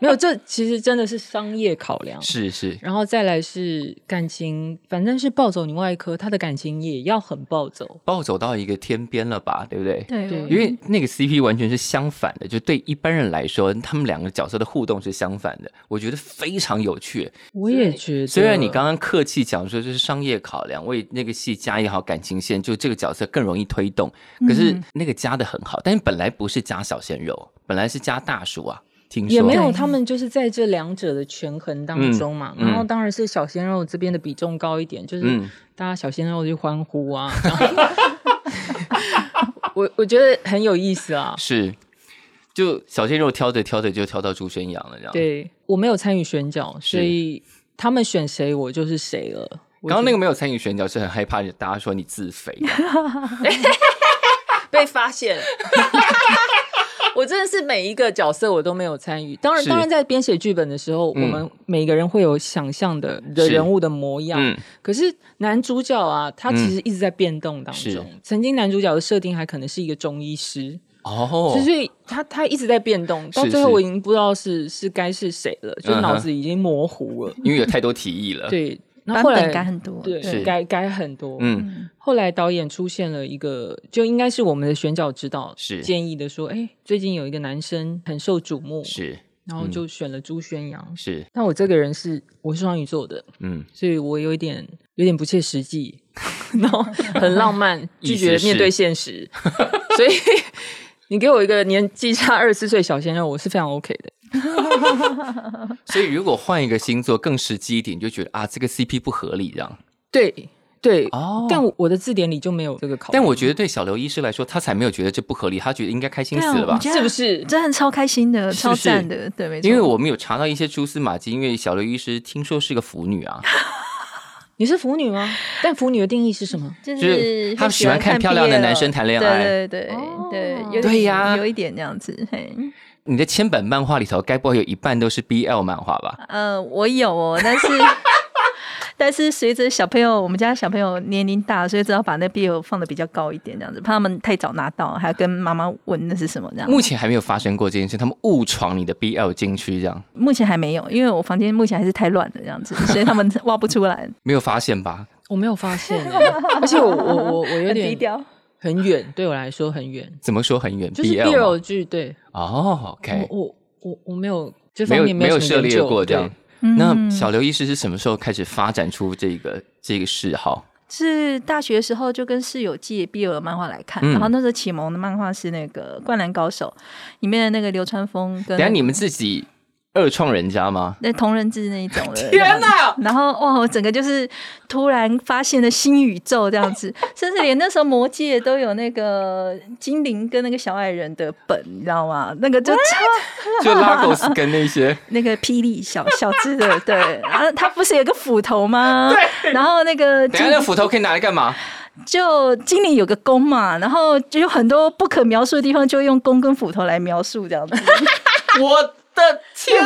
[SPEAKER 3] 没有，这其实真的是商业考量。
[SPEAKER 1] 是是，
[SPEAKER 3] 然后再来是感情，反正是暴走女外科，她的感情也要很暴走。
[SPEAKER 1] 暴走到一个天边了吧，对不对？
[SPEAKER 2] 对
[SPEAKER 3] 对
[SPEAKER 2] 我
[SPEAKER 1] 因为那个 CP 完全是相反的，就对一般人来说，他们两个角色的互动是相反的，我觉得非常有趣。
[SPEAKER 3] 我也觉得，
[SPEAKER 1] 虽然你刚刚客气讲说这是商业考量，为那个戏加一好感情线，就这个角色更容易推动，可是
[SPEAKER 2] 嗯
[SPEAKER 1] 那个加的很好，但是本来不是加小鲜肉，本来是加大叔啊，听说
[SPEAKER 3] 也没有，
[SPEAKER 2] 对
[SPEAKER 3] 他们就是在这两者的权衡当中嘛。
[SPEAKER 1] 嗯嗯
[SPEAKER 3] 然后当然是小鲜肉这边的比重高一点，就是
[SPEAKER 1] 嗯
[SPEAKER 3] 大家小鲜肉就欢呼 啊。这样 我我觉得很有意思啊。
[SPEAKER 1] 是，就小鲜肉挑着挑着就挑到朱宣阳了，这样。，
[SPEAKER 3] 对我没有参与选角，所以他们选谁我就是谁了。我
[SPEAKER 1] 刚刚那
[SPEAKER 3] 就
[SPEAKER 1] 个没有参与选角是很害怕大家说你自肥的，
[SPEAKER 3] 被发现了。 我真的是每一个角色我都没有参与，当然，
[SPEAKER 1] 是
[SPEAKER 3] 当然在编写剧本的时候，
[SPEAKER 1] 嗯
[SPEAKER 3] 我们每个人会有想象的的
[SPEAKER 1] 是
[SPEAKER 3] 人物的模样，
[SPEAKER 1] 嗯，
[SPEAKER 3] 可是男主角啊，他其实一直在变动当
[SPEAKER 1] 是
[SPEAKER 3] 中。曾经男主角的设定还可能是一个中医师，
[SPEAKER 1] 哦，
[SPEAKER 3] 所以他他一直在变动，到
[SPEAKER 1] 是
[SPEAKER 3] 最后
[SPEAKER 1] 是
[SPEAKER 3] 我已经不知道是是该是谁了，就
[SPEAKER 1] 嗯哼嗯
[SPEAKER 3] 脑子已经模糊了。
[SPEAKER 1] 因为有太多提议了，，
[SPEAKER 3] 对，那
[SPEAKER 2] 版
[SPEAKER 3] 后来
[SPEAKER 2] 本改很多，
[SPEAKER 1] 是
[SPEAKER 3] 对改改很多。
[SPEAKER 1] 嗯，
[SPEAKER 2] 嗯，
[SPEAKER 3] 后来导演出现了一个，就应该是我们的选角指导
[SPEAKER 1] 是
[SPEAKER 3] 建议的说，哎，最近有一个男生很受瞩目，
[SPEAKER 1] 是嗯
[SPEAKER 3] 然后就选了朱宣阳。
[SPEAKER 1] 是，
[SPEAKER 3] 那我这个人是我是双鱼座的，
[SPEAKER 1] 嗯
[SPEAKER 3] 所以我有一点有点不切实际， 然后很浪 漫，拒绝面对现实， 所以你给我一个年纪差二十四岁小鲜肉，我是非常 OK 的。
[SPEAKER 1] 所以如果换一个星座更实际一点，你就觉得啊，这个 CP 不合理这样。
[SPEAKER 3] 对对，
[SPEAKER 1] 哦
[SPEAKER 3] 但我我的字典里就没有这个考虑，
[SPEAKER 1] 但我觉得对小刘医师来说，他才没有觉得这不合理，他觉得应该开心
[SPEAKER 2] 对
[SPEAKER 1] 死
[SPEAKER 2] 啊
[SPEAKER 1] 了吧
[SPEAKER 2] 我？觉得
[SPEAKER 3] 是不是？
[SPEAKER 2] 真的超开心的，
[SPEAKER 1] 是不
[SPEAKER 2] 超
[SPEAKER 1] 是
[SPEAKER 2] 赞的，对，没错。
[SPEAKER 1] 因为我们有查到一些蛛丝马迹，因为小刘医师听说是个腐女啊，
[SPEAKER 3] 你是腐女吗？但腐女的定义是什 么？
[SPEAKER 2] 就
[SPEAKER 1] 就是他
[SPEAKER 2] 会
[SPEAKER 1] 喜欢看漂亮的
[SPEAKER 2] BL
[SPEAKER 1] 男生谈恋爱。
[SPEAKER 2] 对对对对，有点
[SPEAKER 1] 对呀
[SPEAKER 2] 有一点这样子。嘿，
[SPEAKER 1] 你的千本漫画里头，该不会有一半都是 BL 漫画吧？
[SPEAKER 2] 呃，我有哦，但是 但是随着小朋友，我们家小朋友年龄大，所以只好把那 BL 放的比较高一点，这样子，怕他们太早拿到，还要跟妈妈问那是什么这样。
[SPEAKER 1] 目前还没有发生过这件事，他们误闯你的 BL 禁区，这样
[SPEAKER 2] 目前还没有，因为我房间目前还是太乱了这样 子，所以他们挖不出 来，
[SPEAKER 1] 没有发现吧？
[SPEAKER 3] 我没有发 现欸、
[SPEAKER 1] 啊
[SPEAKER 3] 而且我我我我有
[SPEAKER 2] 很低
[SPEAKER 3] 点
[SPEAKER 2] 调。
[SPEAKER 3] 很远，对我来说很远，
[SPEAKER 1] 怎么说很远
[SPEAKER 3] 就是
[SPEAKER 1] ？BL 吗
[SPEAKER 3] BL 剧，对
[SPEAKER 1] 哦，OK，
[SPEAKER 3] 我我我我没有这
[SPEAKER 1] 没
[SPEAKER 3] 方
[SPEAKER 1] 有
[SPEAKER 3] 面
[SPEAKER 1] 没
[SPEAKER 3] 有
[SPEAKER 1] 有
[SPEAKER 3] 什么
[SPEAKER 1] 涉猎
[SPEAKER 3] 研究
[SPEAKER 1] 过这样
[SPEAKER 3] 对。
[SPEAKER 2] 嗯
[SPEAKER 1] 那小刘医师是什么时候开始发展出这个这个嗜好？
[SPEAKER 2] 是大学的时候就跟室友借 BL 漫画来看，
[SPEAKER 1] 嗯
[SPEAKER 2] 然后那时候启蒙的漫画是那个《灌篮高手》里面的那个流川枫跟
[SPEAKER 1] 等一下你们自己二创人家 吗？
[SPEAKER 2] 那同人志那一种 的。
[SPEAKER 3] 天哪！
[SPEAKER 2] 然后哇，我整个就是突然发现了新宇宙这样子， 甚至连那时候魔界都有那个精灵跟那个小矮人的本，你知道吗？那个就超
[SPEAKER 1] 就拉狗斯跟那些
[SPEAKER 2] 那个霹雳小小只的，对，然后他不是有个斧头吗？对，然后那个
[SPEAKER 1] 等一下那斧头可以拿来干嘛？
[SPEAKER 2] 就精灵有个弓嘛，然后就有很多不可描述的地方，就用弓跟斧头来描述这样子。
[SPEAKER 1] 我的天！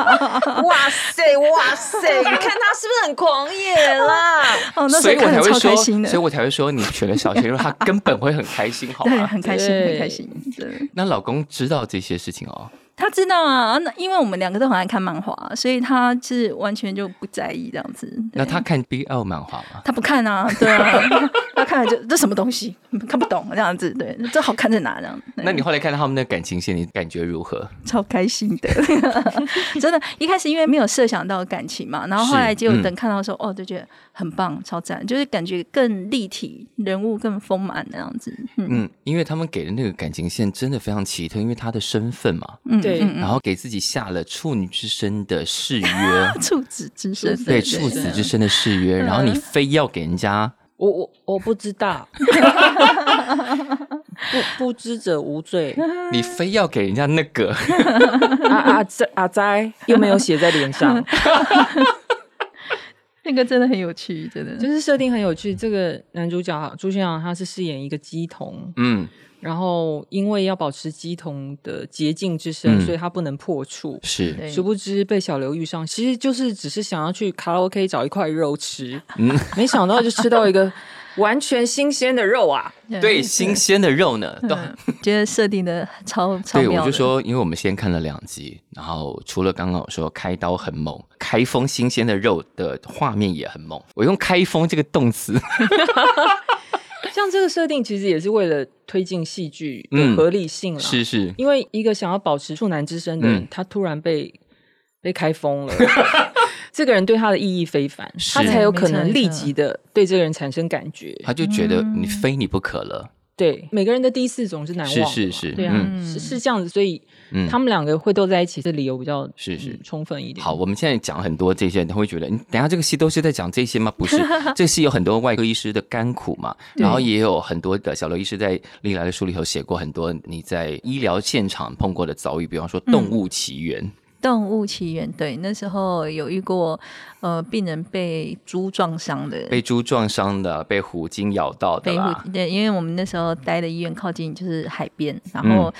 [SPEAKER 3] 哇塞哇塞，你看他是不是很狂野啦？
[SPEAKER 2] 哦，那时
[SPEAKER 1] 所
[SPEAKER 2] 候
[SPEAKER 1] 以我
[SPEAKER 2] 看
[SPEAKER 1] 才
[SPEAKER 2] 得
[SPEAKER 1] 会
[SPEAKER 2] 超
[SPEAKER 1] 说，
[SPEAKER 2] 开心
[SPEAKER 1] 所以
[SPEAKER 2] 的，
[SPEAKER 1] 我才会说，你选了小鲜肉，他根本会很开心，好啊
[SPEAKER 2] 对，
[SPEAKER 1] 吗？
[SPEAKER 2] 很开心，很
[SPEAKER 3] 对
[SPEAKER 2] 开心。 对，
[SPEAKER 1] 那老公知道这些事情哦，
[SPEAKER 2] 他知道啊，那因为我们两个都很爱看漫画，所以他是完全就不在意这样子。对
[SPEAKER 1] 那他看 BL 漫画吗？
[SPEAKER 2] 他不看啊，对 啊，他看了就这什么东西看不懂这样子，对，这好看在哪这样？对
[SPEAKER 1] 那你后来看到他们的感情线，你感觉如何？
[SPEAKER 2] 超开心的，真的。一开始因为没有设想到感情嘛，然后后来结果
[SPEAKER 1] 嗯
[SPEAKER 2] 等看到的时候，哦，就觉得很棒，超赞，就是感觉更立体，人物更丰满那样子。嗯
[SPEAKER 1] 嗯，因为他们给的那个感情线真的非常奇特，因为他的身份嘛，
[SPEAKER 2] 嗯，
[SPEAKER 3] 对
[SPEAKER 2] 嗯，
[SPEAKER 1] 然后给自己下了处女之身的誓约
[SPEAKER 2] 处子之身，
[SPEAKER 1] 对处子之身的誓约，然后你非要给人家，
[SPEAKER 3] 我我我不知 道，不不知者无罪。
[SPEAKER 1] 你非要给人家那个，
[SPEAKER 3] 啊啊这啊哉又没有写在脸 上，
[SPEAKER 2] 那个真的很有趣，真的。
[SPEAKER 3] 就是设定很有趣。这个男主角啊朱轩阳他是饰演一个鸡童，
[SPEAKER 1] 嗯，
[SPEAKER 3] 然后因为要保持鸡童的洁净之身，
[SPEAKER 1] 嗯
[SPEAKER 3] 所以他不能破处。
[SPEAKER 1] 是，
[SPEAKER 2] 对
[SPEAKER 3] 殊不知被小刘遇上，其实就是只是想要去卡拉 OK 找一块肉吃，
[SPEAKER 1] 嗯，
[SPEAKER 3] 没想到就吃到一个完全新鲜的肉啊！
[SPEAKER 1] 对新鲜的肉呢，都
[SPEAKER 2] 嗯觉得设定的超超
[SPEAKER 1] 对，
[SPEAKER 2] 妙
[SPEAKER 1] 我
[SPEAKER 2] 的。
[SPEAKER 1] 就说，因为我们先看了两集，然后除了刚刚我说开刀很猛，开封新鲜的肉的画面也很猛。我用“开封”这个动词，
[SPEAKER 3] 像这个设定其实也是为了推进戏剧
[SPEAKER 1] 嗯
[SPEAKER 3] 的合理性啦，
[SPEAKER 1] 是是，
[SPEAKER 3] 因为一个想要保持处男之身的人，
[SPEAKER 1] 嗯
[SPEAKER 3] 他突然被被开封 了，这个人对他的意义非凡，
[SPEAKER 1] 是
[SPEAKER 3] 他才有可能
[SPEAKER 2] 没错没
[SPEAKER 3] 立
[SPEAKER 2] 错
[SPEAKER 3] 即的对这个人产生感觉。
[SPEAKER 1] 他就觉得你非你不可了。
[SPEAKER 3] 对，每个人的第一次总是难忘
[SPEAKER 1] 是
[SPEAKER 3] 的嘛，
[SPEAKER 1] 是是，
[SPEAKER 3] 对啊，
[SPEAKER 1] 嗯，
[SPEAKER 3] 是是这样子，所以
[SPEAKER 1] 嗯
[SPEAKER 3] 他们两个会斗在一起，这理由比较
[SPEAKER 1] 是是
[SPEAKER 3] 嗯充分一点。
[SPEAKER 1] 好，，我们现在讲很多这些，你会觉得，你嗯等一下这个戏都是在讲这些 吗？不是，这个戏有很多外科医师的甘苦嘛，然后也有很多的小刘医师在历来的书里头写过很多你在医疗现场碰过的遭遇，比方说《动物奇缘》
[SPEAKER 3] 嗯
[SPEAKER 2] 动物起源，对，那时候有遇过呃病人被猪撞伤的，
[SPEAKER 1] 被猪撞伤的，被虎鲸咬到的啊
[SPEAKER 2] 北
[SPEAKER 1] 啦
[SPEAKER 2] 湖，对，因为我们那时候待的医院靠近就是海边，然后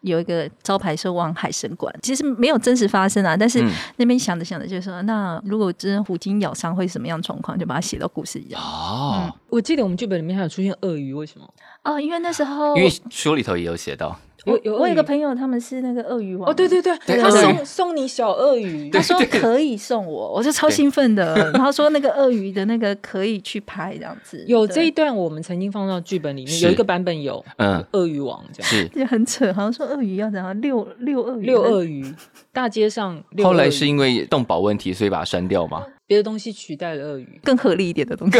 [SPEAKER 2] 有一个招牌是往海神馆，其实没有真实发生啊，但是
[SPEAKER 1] 嗯
[SPEAKER 2] 那边想着想着就说，那如果真的虎鲸咬伤会什么样的状况，就把它写到故事里啊。
[SPEAKER 1] 哦。
[SPEAKER 3] 我记得我们剧本里面还有出现鳄鱼，为什么？
[SPEAKER 2] 哦，因为那时候
[SPEAKER 3] 嗯
[SPEAKER 1] 因为书里头也有写到，
[SPEAKER 3] 有
[SPEAKER 2] 我
[SPEAKER 3] 有
[SPEAKER 2] 哦我有一
[SPEAKER 3] 友
[SPEAKER 2] 个朋友，他们是那个鳄鱼王，
[SPEAKER 3] 哦，对对对，
[SPEAKER 1] 对
[SPEAKER 3] 他
[SPEAKER 2] 鳄鱼
[SPEAKER 3] 送送你小鳄鱼，
[SPEAKER 2] 他说可以送我，我就超兴奋的。然后说那个鳄鱼的那个可以去拍这样子，
[SPEAKER 3] 有这一
[SPEAKER 2] 一
[SPEAKER 3] 段我们曾经放到剧本里面，
[SPEAKER 1] 是
[SPEAKER 3] 有一个版本有
[SPEAKER 1] 嗯，
[SPEAKER 3] 鳄鱼王这样。
[SPEAKER 1] 是。
[SPEAKER 2] 就很扯，好像说鳄鱼要怎样六六鳄鱼，
[SPEAKER 3] 六鳄鱼，大街上六
[SPEAKER 1] 嗯后来
[SPEAKER 3] 鳄鱼
[SPEAKER 1] 是因为动保问题，所以把它删 掉吗？
[SPEAKER 3] 别的东西取代了鳄鱼，
[SPEAKER 2] 更合理一点的东西。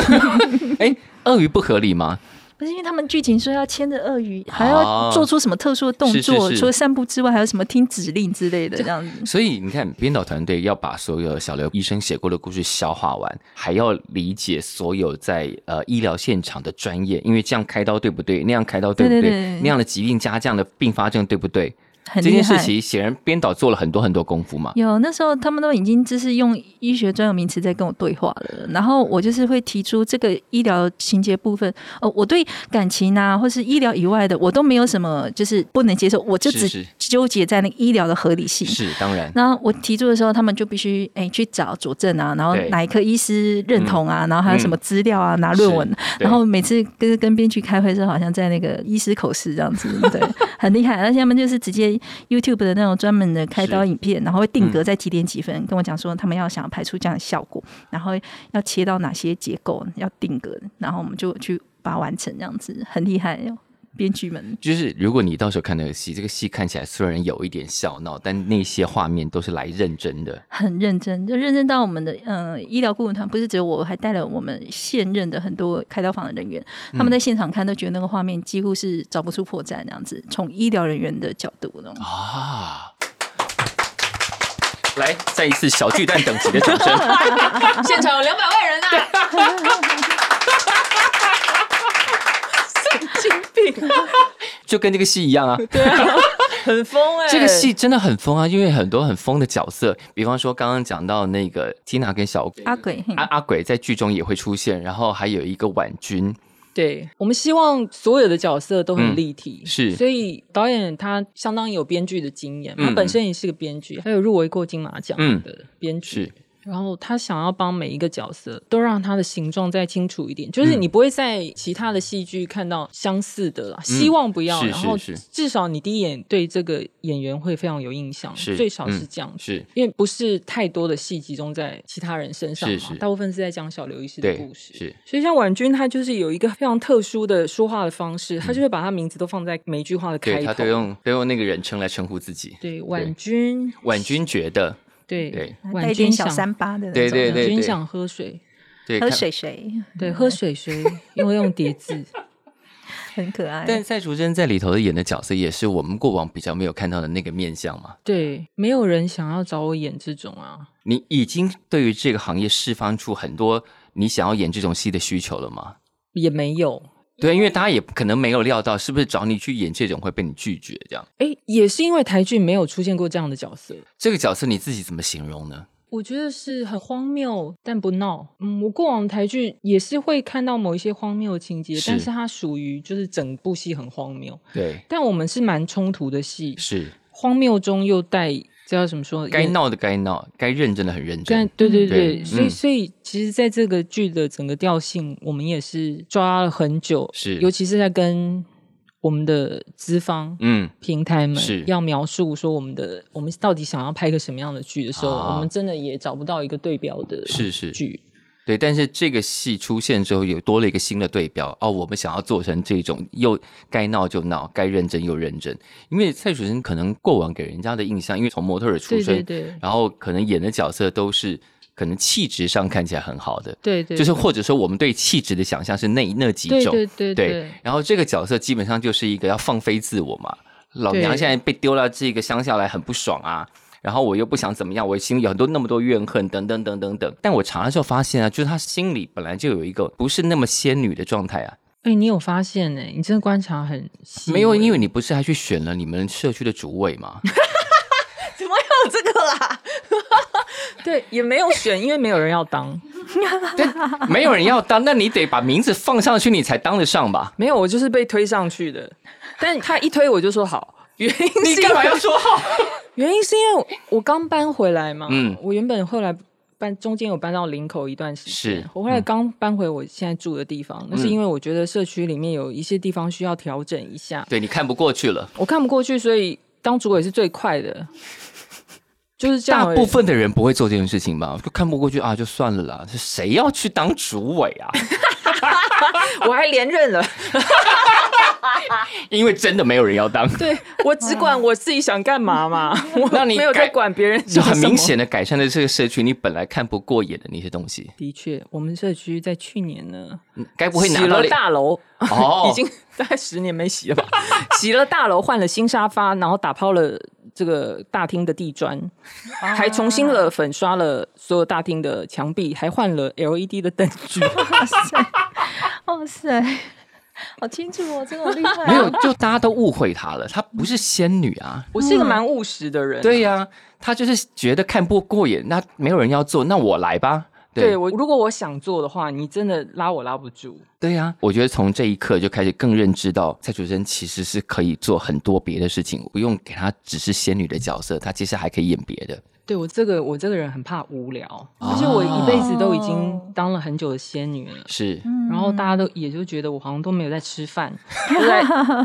[SPEAKER 1] 哎，鳄鱼不合理吗？
[SPEAKER 2] 不是因为他们剧情说要牵着鳄鱼，还
[SPEAKER 1] 哦
[SPEAKER 2] 要做出什么特殊的动
[SPEAKER 1] 是是
[SPEAKER 2] 作，
[SPEAKER 1] 是
[SPEAKER 2] 除了散步之外，还有什么听指令之类的这样子。
[SPEAKER 1] 所以你看，编导团队要把所有小刘医生写过的故事消化完，还要理解所有在呃医疗现场的专业，因为这样开刀对不对？那样开刀对不对？
[SPEAKER 2] 对对对
[SPEAKER 1] 那样的疾病加这样的并发症对不对？
[SPEAKER 2] 很
[SPEAKER 1] 这
[SPEAKER 2] 厉
[SPEAKER 1] 件事
[SPEAKER 2] 害。
[SPEAKER 1] 情显然编导做了很多很多功夫嘛。
[SPEAKER 2] 有那时候他们都已经就是用医学专有名词在跟我对话了，然后我就是会提出这个医疗情节部分，呃，我对感情啊或是医疗以外的我都没有什么就是不能接受，我就是只
[SPEAKER 1] 是
[SPEAKER 2] 纠结在那个医疗的合理性。
[SPEAKER 1] 是当然，
[SPEAKER 2] 然后我提出的时候，他们就必须哎去找佐证啊，然后
[SPEAKER 1] 对嗯
[SPEAKER 2] 哪一科医师认同啊，然后还有什么资料啊，拿论文
[SPEAKER 1] 是，对
[SPEAKER 2] 然后每次跟跟编剧开会的时候，好像在那个医师口试这样 子，对，很厉害。而且他们就是直接 YouTube 的那种专门的开刀
[SPEAKER 1] 是
[SPEAKER 2] 影片，然后会定格在几点几分，跟我讲说他们要想排出这样的效果，然后要切到哪些结构要定格，然后我们就去把它完成，这样子很厉害哦，编剧们。
[SPEAKER 1] 就是如果你到时候看那个戏，这个戏看起来虽然有一点笑闹，但那些画面都是来认真的。
[SPEAKER 2] 很认真，就认真到我们的嗯、呃医疗顾问团，不是只有我，还带了我们现任的很多开刀房的人员，他们
[SPEAKER 1] 嗯
[SPEAKER 2] 在现场看都觉得那个画面几乎是找不出破绽，那样子。从医疗人员的角度，那种
[SPEAKER 1] 啊！来，再一次小巨蛋等级的 掌声。
[SPEAKER 3] 现场有两百万人啊！神经 病，
[SPEAKER 1] 就跟这个戏一样啊。
[SPEAKER 3] 很疯哎、
[SPEAKER 1] 这个戏真的很疯啊，因为很多很疯的角色，比方说刚刚讲到那个缇娜跟小鬼，
[SPEAKER 2] 阿鬼，嘿
[SPEAKER 1] 阿阿鬼在剧中也会出现，然后还有一个婉君，
[SPEAKER 3] 对我们希望所有的角色都
[SPEAKER 1] 嗯
[SPEAKER 3] 很立体，
[SPEAKER 1] 是
[SPEAKER 3] 所以导演他相当有编剧的经验，
[SPEAKER 1] 嗯
[SPEAKER 3] 他本身也是个编剧，他有入围过金马奖
[SPEAKER 1] 嗯
[SPEAKER 3] 的编剧。
[SPEAKER 1] 是
[SPEAKER 3] 然后他想要帮每一个角色都让他的形状再清楚一点，就是
[SPEAKER 1] 嗯
[SPEAKER 3] 你不会在其他的戏剧看到相似的啦，希望不要。
[SPEAKER 1] 嗯是
[SPEAKER 3] 然后
[SPEAKER 1] 是是
[SPEAKER 3] 至少你第一眼对这个演员会非常有印象，
[SPEAKER 1] 是
[SPEAKER 3] 最少是
[SPEAKER 1] 嗯
[SPEAKER 3] 这样子。
[SPEAKER 1] 是
[SPEAKER 3] 因为不是太多的戏集中在其他人身上嘛，
[SPEAKER 1] 是是
[SPEAKER 3] 大部分是在讲小刘医师的
[SPEAKER 1] 对
[SPEAKER 3] 故事。
[SPEAKER 1] 是
[SPEAKER 3] 所以像婉君，她就是有一个非常特殊的说话的方式，她就会把她名字都放在每一句话的开
[SPEAKER 1] 嗯对他
[SPEAKER 3] 头
[SPEAKER 1] 都。用都用那个人称来称呼 自己。
[SPEAKER 3] 对，婉君，
[SPEAKER 1] 婉君觉得，
[SPEAKER 3] 对
[SPEAKER 1] 对
[SPEAKER 2] 带
[SPEAKER 3] 婉
[SPEAKER 2] 一点
[SPEAKER 3] 君
[SPEAKER 2] 小
[SPEAKER 3] 想，
[SPEAKER 2] 三八的那种，
[SPEAKER 1] 对对
[SPEAKER 3] 婉君想喝水，
[SPEAKER 1] 对
[SPEAKER 2] 喝
[SPEAKER 1] 看
[SPEAKER 2] 水水
[SPEAKER 3] 对，喝水水，因为用叠字，
[SPEAKER 2] 很可爱。
[SPEAKER 1] 但蔡淑珍在里头演的角色，也是我们过往比较没有看到的那个面相嘛。
[SPEAKER 3] 对，没有人想要找我演这种啊。
[SPEAKER 1] 你已经对于这个行业释放出很多你想要演这种戏的需求了吗？
[SPEAKER 3] 也没有，
[SPEAKER 1] 对，因为大家也可能没有料到，是不是找你去演这种会被你拒绝这样？
[SPEAKER 3] 哎，也是因为台剧没有出现过这样的角色，
[SPEAKER 1] 这个角色你自己怎么形容呢？
[SPEAKER 3] 我觉得是很荒谬，但不闹。嗯，我过往台剧也是会看到某一些荒谬的情节，
[SPEAKER 1] 是
[SPEAKER 3] 但是它属于就是整部戏很荒谬。
[SPEAKER 1] 对，
[SPEAKER 3] 但我们是蛮冲突的戏，
[SPEAKER 1] 是
[SPEAKER 3] 荒谬中又带这叫怎么说？
[SPEAKER 1] 该
[SPEAKER 3] 也。
[SPEAKER 1] 闹的该闹，该认真的很认
[SPEAKER 3] 但
[SPEAKER 1] 真。
[SPEAKER 3] 对对对，
[SPEAKER 1] 对
[SPEAKER 3] 所以
[SPEAKER 1] 嗯
[SPEAKER 3] 所以其实，在这个剧的整个调性，我们也是抓了很久，
[SPEAKER 1] 是
[SPEAKER 3] 尤其是在跟我们的资方，
[SPEAKER 1] 嗯，
[SPEAKER 3] 平台们
[SPEAKER 1] 是
[SPEAKER 3] 要描述说我们的我们到底想要拍个什么样的剧的时候，
[SPEAKER 1] 啊
[SPEAKER 3] 我们真的也找不到一个对标的
[SPEAKER 1] 是是
[SPEAKER 3] 剧。
[SPEAKER 1] 对。但是这个戏出现之后，有多了一个新的对标哦。我们想要做成这种又该闹就闹，该认真又认真。因为蔡楚生可能过往给人家的印象，因为从模特儿出
[SPEAKER 3] 对
[SPEAKER 1] 身，
[SPEAKER 3] 对对
[SPEAKER 1] 然后可能演的角色都是可能气质上看起来很好的，
[SPEAKER 3] 对对，
[SPEAKER 1] 就是或者说我们对气质的想象是那那几
[SPEAKER 3] 对
[SPEAKER 1] 种。
[SPEAKER 3] 对对
[SPEAKER 1] 对
[SPEAKER 3] 对
[SPEAKER 1] 然后这个角色基本上就是一个要放飞自我嘛，老娘
[SPEAKER 3] 对
[SPEAKER 1] 现在被丢到这个乡下来很不爽啊，然后我又不想怎么样，我心里有很多那么多怨恨等等等等等。但我查了之后发现啊，就是她心里本来就有一个不是那么仙女的状态啊，
[SPEAKER 3] 哎、你有发现呢、你真的观察很细微。
[SPEAKER 1] 没有，因为你不是还去选了你们社区的主委吗？
[SPEAKER 3] 怎么有 这个啦？对，也没有选，因为没有人要当。
[SPEAKER 1] 但 没有人要当，那你得把名字放上去，你才当得上吧？
[SPEAKER 3] 没有，我就是被推上去的。但他一推我就说好，原因 是
[SPEAKER 1] 你
[SPEAKER 3] 因
[SPEAKER 1] 干
[SPEAKER 3] 为
[SPEAKER 1] 嘛要说好？
[SPEAKER 3] 原因是因为我刚搬回来嘛，
[SPEAKER 1] 嗯
[SPEAKER 3] 我原本后来搬中间有搬到林口一段时间
[SPEAKER 1] 是，
[SPEAKER 3] 我后来
[SPEAKER 1] 嗯
[SPEAKER 3] 刚搬回我现在住的地方，那是因为我觉得社区里面有一些地方需要调整一下，
[SPEAKER 1] 对你看不过去了。
[SPEAKER 3] 我看不过去，所以当主委是最快的，就是这样
[SPEAKER 1] 大
[SPEAKER 3] 而已。
[SPEAKER 1] 部分的人不会做这件事情吧？就看不过去啊，就算了啦。谁要去当主委啊？
[SPEAKER 3] 我还连任 了，
[SPEAKER 1] 因为真的没有人要当。
[SPEAKER 3] 对我只管我自己想干嘛嘛，我
[SPEAKER 1] 那你
[SPEAKER 3] 没有在
[SPEAKER 1] 改
[SPEAKER 3] 管别人
[SPEAKER 1] 就
[SPEAKER 3] 想
[SPEAKER 1] 很
[SPEAKER 3] 什
[SPEAKER 1] 明
[SPEAKER 3] 么。
[SPEAKER 1] 显的改善了这个社区你本来看不过眼的那些东西，
[SPEAKER 3] 的确，我们社区在去年呢，
[SPEAKER 1] 嗯该不会拿
[SPEAKER 3] 洗
[SPEAKER 1] 到
[SPEAKER 3] 了大楼，
[SPEAKER 1] 哦，
[SPEAKER 3] 已经大概十年没洗了吧？洗了大楼，换了新沙发，然后打抛了这个大厅的地砖，还重新了粉刷了所有大厅的墙壁，还换了 LED 的灯具。
[SPEAKER 2] 哇塞， 哇塞，好清楚哦，真的好厉害、
[SPEAKER 1] 没有，，就大家都误会她了，她不是仙女啊。
[SPEAKER 3] 我是一个蛮务实的人，
[SPEAKER 1] 对呀、她就是觉得看不过眼，那没有人要做，那我来吧。
[SPEAKER 3] 对
[SPEAKER 1] 对
[SPEAKER 3] 我，如果我想做的话，你真的拉我拉不住。
[SPEAKER 1] 对呀、我觉得从这一刻就开始更认知到蔡楚生其实是可以做很多别的事情，不用给她只是仙女的角色，她其实还可以演别的。
[SPEAKER 3] 对我这个我这个人很怕无聊，
[SPEAKER 1] 啊
[SPEAKER 3] 而且我一辈子都已经当了很久的仙女了。
[SPEAKER 1] 是，
[SPEAKER 3] 然后大家都也就觉得我好像都没有在吃 饭，都在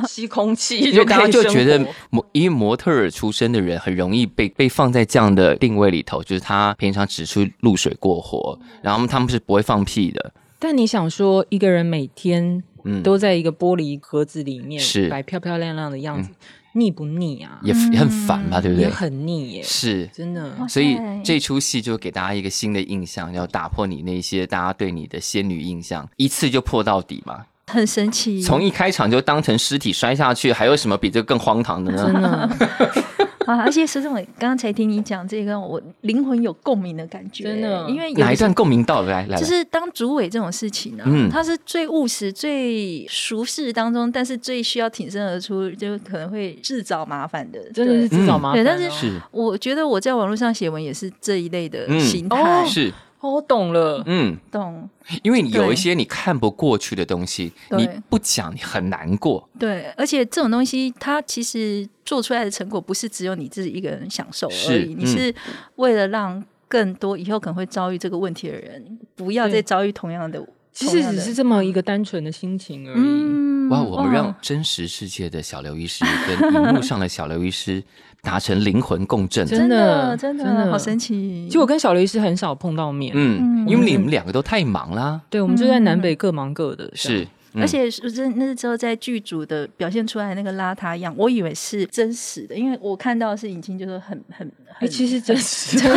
[SPEAKER 3] 吸空气，
[SPEAKER 1] 因为大家就
[SPEAKER 3] 可以
[SPEAKER 1] 觉得
[SPEAKER 3] 生活
[SPEAKER 1] 模，因为模特儿出身的人很容易被被放在这样的定位里头，就是他平常只出露水过活，然后他们是不会放屁的。
[SPEAKER 3] 但你想说，一个人每天
[SPEAKER 1] 嗯
[SPEAKER 3] 都在一个玻璃盒子里面，
[SPEAKER 1] 是嗯
[SPEAKER 3] 摆漂漂亮亮的样子，腻不腻啊？
[SPEAKER 1] 也也很烦吧，对不
[SPEAKER 3] 也
[SPEAKER 1] 对？
[SPEAKER 3] 很腻耶，
[SPEAKER 1] 是，
[SPEAKER 3] 真的
[SPEAKER 2] 哇。
[SPEAKER 1] 所以
[SPEAKER 2] 塞
[SPEAKER 1] 这出戏就给大家一个新的印象，要打破你那些大家对你的仙女印象，一次就破到底嘛。
[SPEAKER 2] 很神
[SPEAKER 3] 嗯
[SPEAKER 2] 奇，
[SPEAKER 1] 从一开场就当成尸体摔下去，还有什么比这个更荒唐的
[SPEAKER 3] 真
[SPEAKER 1] 呢？
[SPEAKER 3] 的，
[SPEAKER 2] 啊！而且石总，刚才听你讲这个，我灵魂有共鸣的感觉，
[SPEAKER 3] 真的
[SPEAKER 2] 因为有
[SPEAKER 1] 哪一
[SPEAKER 2] 时候
[SPEAKER 1] 段共鸣到了？来来，
[SPEAKER 2] 就是当主委这种事情呢、
[SPEAKER 1] 嗯
[SPEAKER 2] 它是最务实、最熟世当中，但是最需要挺身而出，就可能会制造麻烦的。
[SPEAKER 3] 真的是
[SPEAKER 2] 对，
[SPEAKER 3] 自找麻烦哦。
[SPEAKER 2] 对但是
[SPEAKER 1] 嗯是
[SPEAKER 2] 我觉得我在网络上写文也是这一类的
[SPEAKER 1] 嗯
[SPEAKER 2] 心态，
[SPEAKER 3] 哦
[SPEAKER 1] 是，
[SPEAKER 3] 哦，我懂了，
[SPEAKER 1] 嗯，
[SPEAKER 2] 懂？
[SPEAKER 1] 因为你有
[SPEAKER 2] 对
[SPEAKER 1] 一些你看不过去的东西，
[SPEAKER 2] 对
[SPEAKER 1] 你不讲你很难过。
[SPEAKER 2] 对，而且这种东西，它其实做出来的成果不是只有你自己一个人享受而
[SPEAKER 1] 是
[SPEAKER 2] 已，你
[SPEAKER 1] 嗯
[SPEAKER 2] 是为了让更多以后可能会遭遇这个问题的人，不要
[SPEAKER 3] 对
[SPEAKER 2] 再遭遇同样的。
[SPEAKER 3] 其
[SPEAKER 2] 同
[SPEAKER 3] 实
[SPEAKER 2] 样
[SPEAKER 3] 只
[SPEAKER 2] 的
[SPEAKER 3] 是这么一个单纯的心情而已。
[SPEAKER 2] 嗯
[SPEAKER 1] 哇，我们让真实世界的小刘医师跟荧幕上的小刘医师达成灵魂共振。
[SPEAKER 3] 真的
[SPEAKER 2] 真的
[SPEAKER 3] 真的
[SPEAKER 2] 好神奇。
[SPEAKER 3] 其实我跟小刘医师很少碰到面，
[SPEAKER 1] 嗯，
[SPEAKER 2] 嗯
[SPEAKER 1] 因为你们两个都太忙啦。
[SPEAKER 3] 对，我们就在南北各忙各的，这样
[SPEAKER 1] 是，，嗯
[SPEAKER 2] 而且是真那时候在剧组的表现出来那个邋遢样，我以为是真实的，因为我看到的是已经就是很很
[SPEAKER 3] 哎，
[SPEAKER 2] 很，
[SPEAKER 3] 其实真是，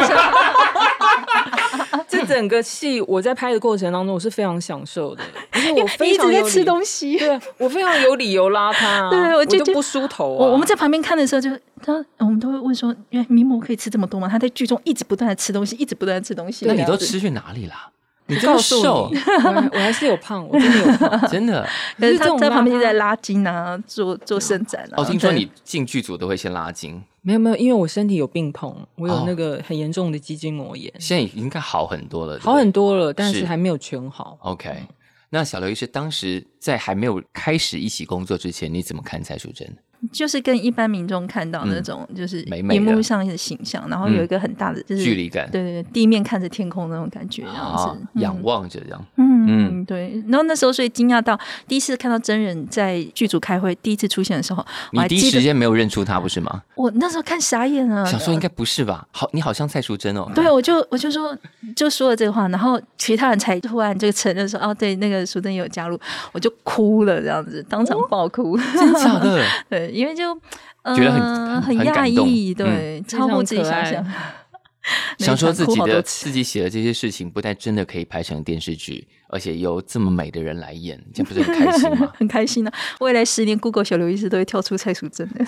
[SPEAKER 3] 这整个戏我在拍的过程当中，我是非常享受 的，因为我
[SPEAKER 2] 你
[SPEAKER 3] 非
[SPEAKER 2] 一
[SPEAKER 3] 常
[SPEAKER 2] 直在
[SPEAKER 3] 有
[SPEAKER 2] 吃
[SPEAKER 3] 理
[SPEAKER 2] 东 西。
[SPEAKER 3] 对啊，我非常有理由拉他、啊，
[SPEAKER 2] 对
[SPEAKER 3] 我
[SPEAKER 2] 我就
[SPEAKER 3] 就
[SPEAKER 2] 就
[SPEAKER 3] 不梳头、啊。
[SPEAKER 2] 我我们在旁边看的时候就，他嗯我们都会问说，原来名模可以吃这么多吗？他在剧中一直不断的吃东西，一直不断的吃东西。
[SPEAKER 1] 那你
[SPEAKER 2] 这
[SPEAKER 1] 都
[SPEAKER 2] 样子
[SPEAKER 1] 吃，去哪里啦？你这
[SPEAKER 3] 告
[SPEAKER 1] 么
[SPEAKER 3] 诉你，
[SPEAKER 1] 瘦
[SPEAKER 3] 我，还我还是有胖，我真的有胖。
[SPEAKER 1] 真的。
[SPEAKER 2] 可
[SPEAKER 3] 可
[SPEAKER 2] 是
[SPEAKER 3] 是这
[SPEAKER 2] 他
[SPEAKER 3] 种
[SPEAKER 2] 在旁边
[SPEAKER 3] 邋遢
[SPEAKER 2] 就在拉筋啊，做做伸展啊。
[SPEAKER 1] 哦，听说
[SPEAKER 2] 对
[SPEAKER 1] 你进剧组都会先拉筋，
[SPEAKER 3] 没有没有，因为我身体有病痛，我
[SPEAKER 1] 哦
[SPEAKER 3] 有那个很严重的肌筋膜炎，
[SPEAKER 1] 现在应该好很多了。对不对
[SPEAKER 3] 好很多了，但
[SPEAKER 1] 是
[SPEAKER 3] 是还没有全好。
[SPEAKER 1] OK。那小刘医师当时在还没有开始一起工作之前，你怎么看蔡淑珍？
[SPEAKER 2] 就是跟一般民众看到那种就是
[SPEAKER 1] 美美的
[SPEAKER 2] 荧幕上的形象，然后有一个很大的就是
[SPEAKER 1] 距离感
[SPEAKER 2] 对对对，地面看着天空那种感觉，这样
[SPEAKER 1] 啊
[SPEAKER 2] 子，嗯
[SPEAKER 1] 仰望着这样，
[SPEAKER 2] 嗯，对。然后那时候所以惊讶到第一次看到真人在剧组开会，第一次出现的时候，我
[SPEAKER 1] 你
[SPEAKER 2] 还
[SPEAKER 1] 第一
[SPEAKER 2] 记
[SPEAKER 1] 时
[SPEAKER 2] 得
[SPEAKER 1] 间没有认出他，不是吗？
[SPEAKER 2] 我那时候看傻眼了，
[SPEAKER 1] 想说应该不是吧？好，你好像蔡淑珍哦。
[SPEAKER 2] 对，我就我就说就说了这个话，然后其他人才突然就承认说哦，对，那个淑珍有加入，我就哭了这样子，当场爆哭。
[SPEAKER 1] 哦真假的？
[SPEAKER 2] 对，因为就呃
[SPEAKER 1] 觉得很很
[SPEAKER 2] 很
[SPEAKER 1] 很
[SPEAKER 2] 讶
[SPEAKER 1] 感动嗯
[SPEAKER 2] 异，对，超乎自己想
[SPEAKER 3] 非常
[SPEAKER 2] 象。 那一
[SPEAKER 1] 想说
[SPEAKER 2] 场
[SPEAKER 1] 自
[SPEAKER 2] 哭
[SPEAKER 1] 己
[SPEAKER 2] 好多
[SPEAKER 1] 的
[SPEAKER 2] 次？
[SPEAKER 1] 自己写的这些事情，不但真的可以拍成电视剧，而且由这么美的人来演，这不是很开心吗
[SPEAKER 2] 很开心啊！未来十年，Google 小刘医师都会跳出蔡淑珍 的，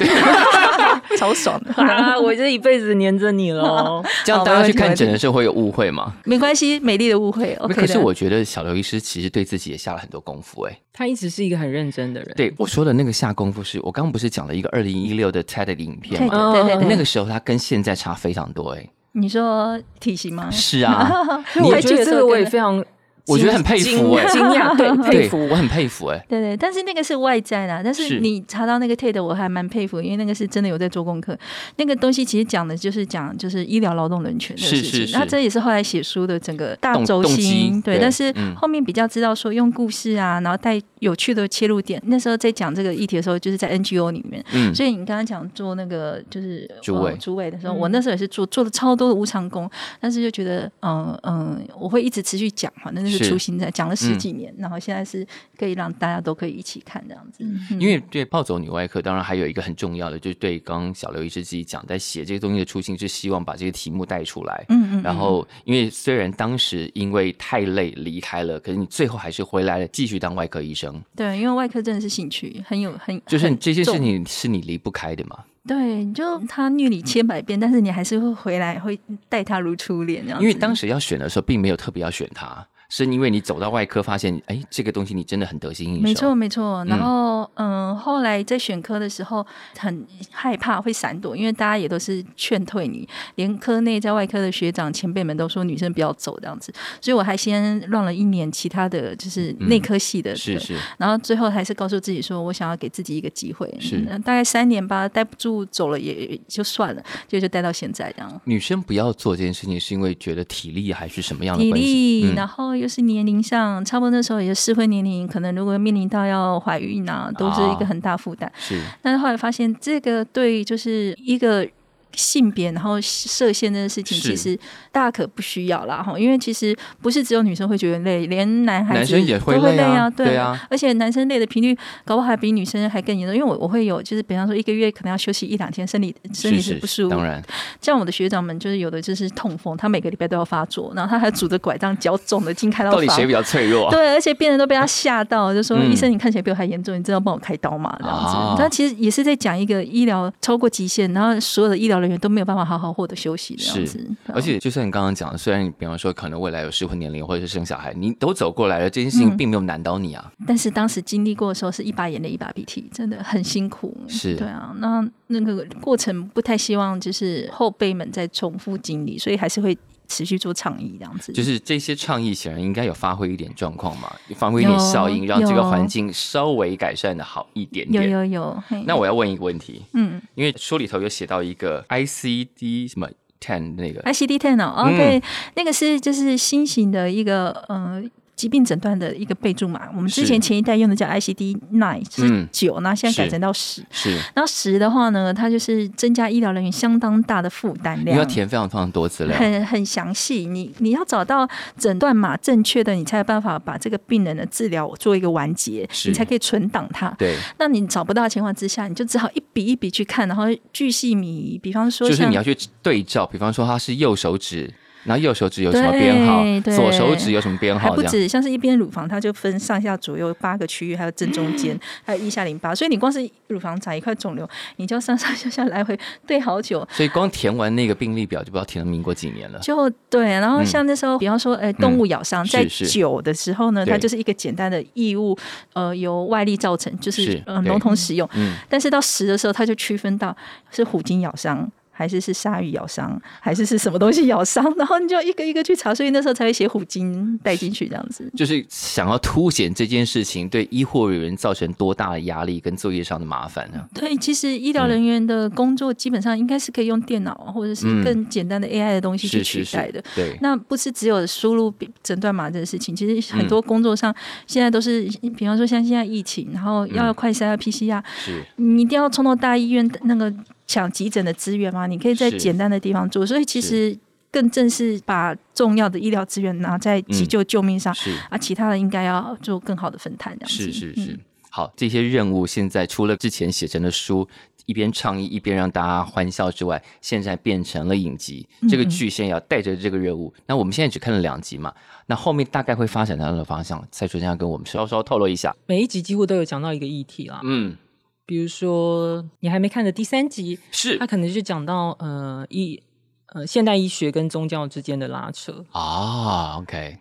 [SPEAKER 2] 超爽的。
[SPEAKER 3] 啊，我这一辈子黏着你喽。
[SPEAKER 1] 这样
[SPEAKER 2] 好
[SPEAKER 1] 大家
[SPEAKER 2] 没
[SPEAKER 1] 去
[SPEAKER 2] 问题
[SPEAKER 1] 看
[SPEAKER 2] 没
[SPEAKER 1] 诊
[SPEAKER 2] 问
[SPEAKER 1] 的时候会有误会吗？
[SPEAKER 2] 没关系，美丽的误会，OK 的。
[SPEAKER 1] 可是我觉得小刘医师其实对自己也下了很多功夫、哎，
[SPEAKER 3] 他一直是一个很认真的人，
[SPEAKER 1] 对我说的那个下功夫是，我刚刚不是讲了一个二零一六的 TED 的影片
[SPEAKER 2] 对
[SPEAKER 3] 嗯
[SPEAKER 1] 吗？
[SPEAKER 2] 对对对，
[SPEAKER 1] 那个时候他跟现在
[SPEAKER 2] 嗯
[SPEAKER 1] 差非常多、哎，
[SPEAKER 2] 你说体型吗？
[SPEAKER 1] 是啊，
[SPEAKER 3] 所以我
[SPEAKER 2] 你
[SPEAKER 3] 觉得这个我也非常
[SPEAKER 1] 我觉得很佩服哎、
[SPEAKER 3] 惊惊讶， 对，佩
[SPEAKER 1] 对，
[SPEAKER 3] 服。
[SPEAKER 1] 我很佩服哎、
[SPEAKER 2] 对对，但是那个是外在啦。但
[SPEAKER 1] 是
[SPEAKER 2] 是你查到那个 TED，我还蛮佩服，因为那个是真的有在做功课。那个东西其实讲的就是讲就是医疗劳动人权的
[SPEAKER 1] 是
[SPEAKER 2] 事
[SPEAKER 1] 是
[SPEAKER 2] 情。
[SPEAKER 1] 是
[SPEAKER 2] 那这也是后来写书的整个大
[SPEAKER 1] 动
[SPEAKER 2] 轴
[SPEAKER 1] 动
[SPEAKER 2] 心
[SPEAKER 1] 机，对
[SPEAKER 2] 但是
[SPEAKER 1] 嗯
[SPEAKER 2] 后面比较知道说用故事啊，然后带有趣的切入点。那时候在讲这个议题的时候，就是在 NGO 里面，
[SPEAKER 1] 嗯，
[SPEAKER 2] 所以你刚刚讲做那个就是
[SPEAKER 1] 诸位
[SPEAKER 2] 呃诸位的时候，
[SPEAKER 3] 嗯
[SPEAKER 2] 我那时候也是做做了超多的无偿工，但是就觉得嗯嗯、我会一直持续讲嘛，那就是是初心在讲了
[SPEAKER 1] 嗯
[SPEAKER 2] 十几年，然后现在是可以让大家都可以一起看这样子。嗯
[SPEAKER 1] 因为对暴走女外科，当然还有一个很重要的，就是对刚刚小刘医师自己讲，在写这个东西的初心是希望把这个题目带出来。
[SPEAKER 2] 嗯嗯，
[SPEAKER 1] 然后，因为虽然当时因为太累离开了，可是你最后还是回来了，继续当外科医生。
[SPEAKER 2] 对，因为外科真的是兴趣，很有很
[SPEAKER 1] 就是你这些事
[SPEAKER 2] 很重
[SPEAKER 1] 情是你离不开的嘛？
[SPEAKER 2] 对，你就他虐你千百遍，但是你还是会回来，会待他如初恋这样子。
[SPEAKER 1] 因为当时要选的时候，并没有特别要选它，是因为你走到外科发现，哎，这个东西你真的很得心应手。
[SPEAKER 2] 没错，没错。然后，嗯、后来在选科的时候很害怕会闪躲，因为大家也都是劝退你，连科内在外科的学长前辈们都说女生不要走这样子，所以我还先乱了一年其他的就是内科系的、
[SPEAKER 1] 嗯是是，
[SPEAKER 2] 然后最后还是告诉自己说，我想要给自己一个机会，
[SPEAKER 1] 是
[SPEAKER 2] 嗯大概三年吧，待不住走了也也就算了，就就待到现在这样。
[SPEAKER 1] 女生不要做这件事情，是因为觉得体力还是什么样的
[SPEAKER 2] 体
[SPEAKER 1] 关系？
[SPEAKER 2] 力，
[SPEAKER 1] 嗯
[SPEAKER 2] 然后又是年龄上，差不多那时候也是适婚年龄，可能如果面临到要怀孕啊，都是一个很大负担。
[SPEAKER 1] 是
[SPEAKER 2] 但是后来发现，这个对就是一个性别然后设限这件事情，
[SPEAKER 1] 是
[SPEAKER 2] 其实大可不需要啦哈，因为其实不是只有女生会觉得累，连男孩子
[SPEAKER 1] 男生也
[SPEAKER 2] 会
[SPEAKER 1] 会累
[SPEAKER 2] 累
[SPEAKER 1] 啊
[SPEAKER 2] 对
[SPEAKER 1] 对啊
[SPEAKER 2] 而且男生累的频率搞不好还比女生还更严重，因为我我会有就是比方说一个月可能要休息一两天，生理身体
[SPEAKER 1] 是
[SPEAKER 2] 是
[SPEAKER 1] 是
[SPEAKER 2] 不舒服，
[SPEAKER 1] 当然
[SPEAKER 2] 像我的学长们，就是有的就是痛风，他每个礼拜都要发作，然后他还拄着拐杖，脚肿的进开刀
[SPEAKER 1] 到底谁
[SPEAKER 2] 房
[SPEAKER 1] 比。较脆弱、啊？
[SPEAKER 2] 对，而且病人都被他吓到，就说：“
[SPEAKER 1] 嗯
[SPEAKER 2] 医生，你看起来比我还严重，你真的要帮我开刀吗？”这样子，
[SPEAKER 1] 啊
[SPEAKER 2] 他其实也是在讲一个医疗超过极限，然后所有的医疗人员都没有办法好好获得休息，这样
[SPEAKER 1] 是
[SPEAKER 2] 子。对啊
[SPEAKER 1] 而且，就像你刚刚讲的，虽然你比方说可能未来有适婚年龄或者是生小孩，你都走过来了，这件事情
[SPEAKER 2] 嗯
[SPEAKER 1] 并没有难倒你啊。
[SPEAKER 2] 但是当时经历过的时候，是一把眼泪一把鼻涕，真的很辛苦。
[SPEAKER 1] 是
[SPEAKER 2] 对啊，那那个过程不太希望就是后辈们再重复经历，所以还是会持续做倡议这样子。
[SPEAKER 1] 就是这些倡议显然应该有发挥一点状况嘛，发挥一点效应，
[SPEAKER 2] 有
[SPEAKER 1] 让这个
[SPEAKER 2] 有
[SPEAKER 1] 环境稍微改善的好一点
[SPEAKER 2] 有
[SPEAKER 1] 点。
[SPEAKER 2] 有有，嘿
[SPEAKER 1] 那我要问一个问题，
[SPEAKER 2] 嗯。
[SPEAKER 1] 因为书里头有写到一个 ICD 什么 ten 那个
[SPEAKER 2] ICD ten 哦，哦
[SPEAKER 1] 嗯
[SPEAKER 2] 对，那个是就是新型的一个呃疾病诊断的一个备注码。我们之前
[SPEAKER 1] 是
[SPEAKER 2] 前一代用的叫 ICD nine 是
[SPEAKER 1] 嗯
[SPEAKER 2] 九、那现在
[SPEAKER 1] 是
[SPEAKER 2] 改成到十。
[SPEAKER 1] 是
[SPEAKER 2] 然后十的话呢，它就是增加医疗人员相当大的负担
[SPEAKER 1] 你要
[SPEAKER 2] 量。
[SPEAKER 1] 填非常非常多资料，
[SPEAKER 2] 很很详细，你你要找到诊断码正确的，你才有办法把这个病人的治疗做一个完结，
[SPEAKER 1] 是
[SPEAKER 2] 你才可以存档它。
[SPEAKER 1] 对，
[SPEAKER 2] 那你找不到的情况之下，你就只好一笔一笔去看，然后巨细靡遗。比方说，
[SPEAKER 1] 就是
[SPEAKER 2] 像。
[SPEAKER 1] 你要去对照，比方说他是右手指，然后右手指有什么编
[SPEAKER 2] 对
[SPEAKER 1] 号，
[SPEAKER 2] 对
[SPEAKER 1] 左手指有什么编
[SPEAKER 2] 还
[SPEAKER 1] 号，
[SPEAKER 2] 不
[SPEAKER 1] 这样
[SPEAKER 2] 止，像是一边乳房，它就分上下左右八个区域，还有正中 间，还有腋下淋巴。所以你光是乳房长一块肿瘤，你就要上上下下来回对好 久。
[SPEAKER 1] 所以光填完那个病历表就不知道填了民国几年了。
[SPEAKER 2] 就对，然后像那时候，比方说，呃，动物咬伤，
[SPEAKER 1] 嗯
[SPEAKER 2] 在
[SPEAKER 1] 是是
[SPEAKER 2] 久的时候呢，
[SPEAKER 1] 对
[SPEAKER 2] 它就是一个简单的异物，呃，由外力造成，就是是呃
[SPEAKER 1] 对
[SPEAKER 2] 笼统使用。
[SPEAKER 1] 嗯，
[SPEAKER 2] 但是到十的时候，它就区分到是虎鲸咬伤。还是是鲨鱼咬伤，还是是什么东西咬伤，然后你就一个一个去查，所以那时候才会写虎鲸带进去这样子。
[SPEAKER 1] 就是想要凸显这件事情对医护人员造成多大的压力跟作业上的麻烦啊呢、
[SPEAKER 2] 对，其实医疗
[SPEAKER 1] 嗯
[SPEAKER 2] 人员的工作基本上应该是可以用电脑啊或者是更简单的 AI 的东西去
[SPEAKER 1] 是
[SPEAKER 2] 取
[SPEAKER 1] 是
[SPEAKER 2] 代的。
[SPEAKER 1] 是， 对，
[SPEAKER 2] 那不是只有输入诊断码这个事情，其实
[SPEAKER 1] 嗯
[SPEAKER 2] 很多工作上现在都是，比方说像现在疫情，然后
[SPEAKER 1] 嗯
[SPEAKER 2] 要快筛、要啊 PCR，、
[SPEAKER 1] 是
[SPEAKER 2] 你一定要冲到大医院那个抢急诊的资源嘛，你可以在
[SPEAKER 1] 是
[SPEAKER 2] 简单的地方做，所以其实更正是把重要的医疗资源拿在急救救命上，
[SPEAKER 1] 嗯是
[SPEAKER 2] 啊，其他的应该要做更好的分摊，这样子。
[SPEAKER 1] 是是
[SPEAKER 2] 嗯
[SPEAKER 1] 是。好，这些任务现在除了之前写成的书，一边倡议一边让大家欢笑之外，现在变成了影集。
[SPEAKER 2] 嗯
[SPEAKER 1] 这个剧现在要带着这个任务。那我们现在只看了两集嘛，那后面大概会发展到哪个方向？蔡主任要跟我们稍稍透露一下。
[SPEAKER 3] 每一集几乎都有讲到一个议题啦，
[SPEAKER 1] 嗯，
[SPEAKER 3] 比如说你还没看的第三集，
[SPEAKER 1] 是
[SPEAKER 3] 它可能就讲到呃医呃现代医学跟宗教之间的拉扯。
[SPEAKER 1] 啊，OK，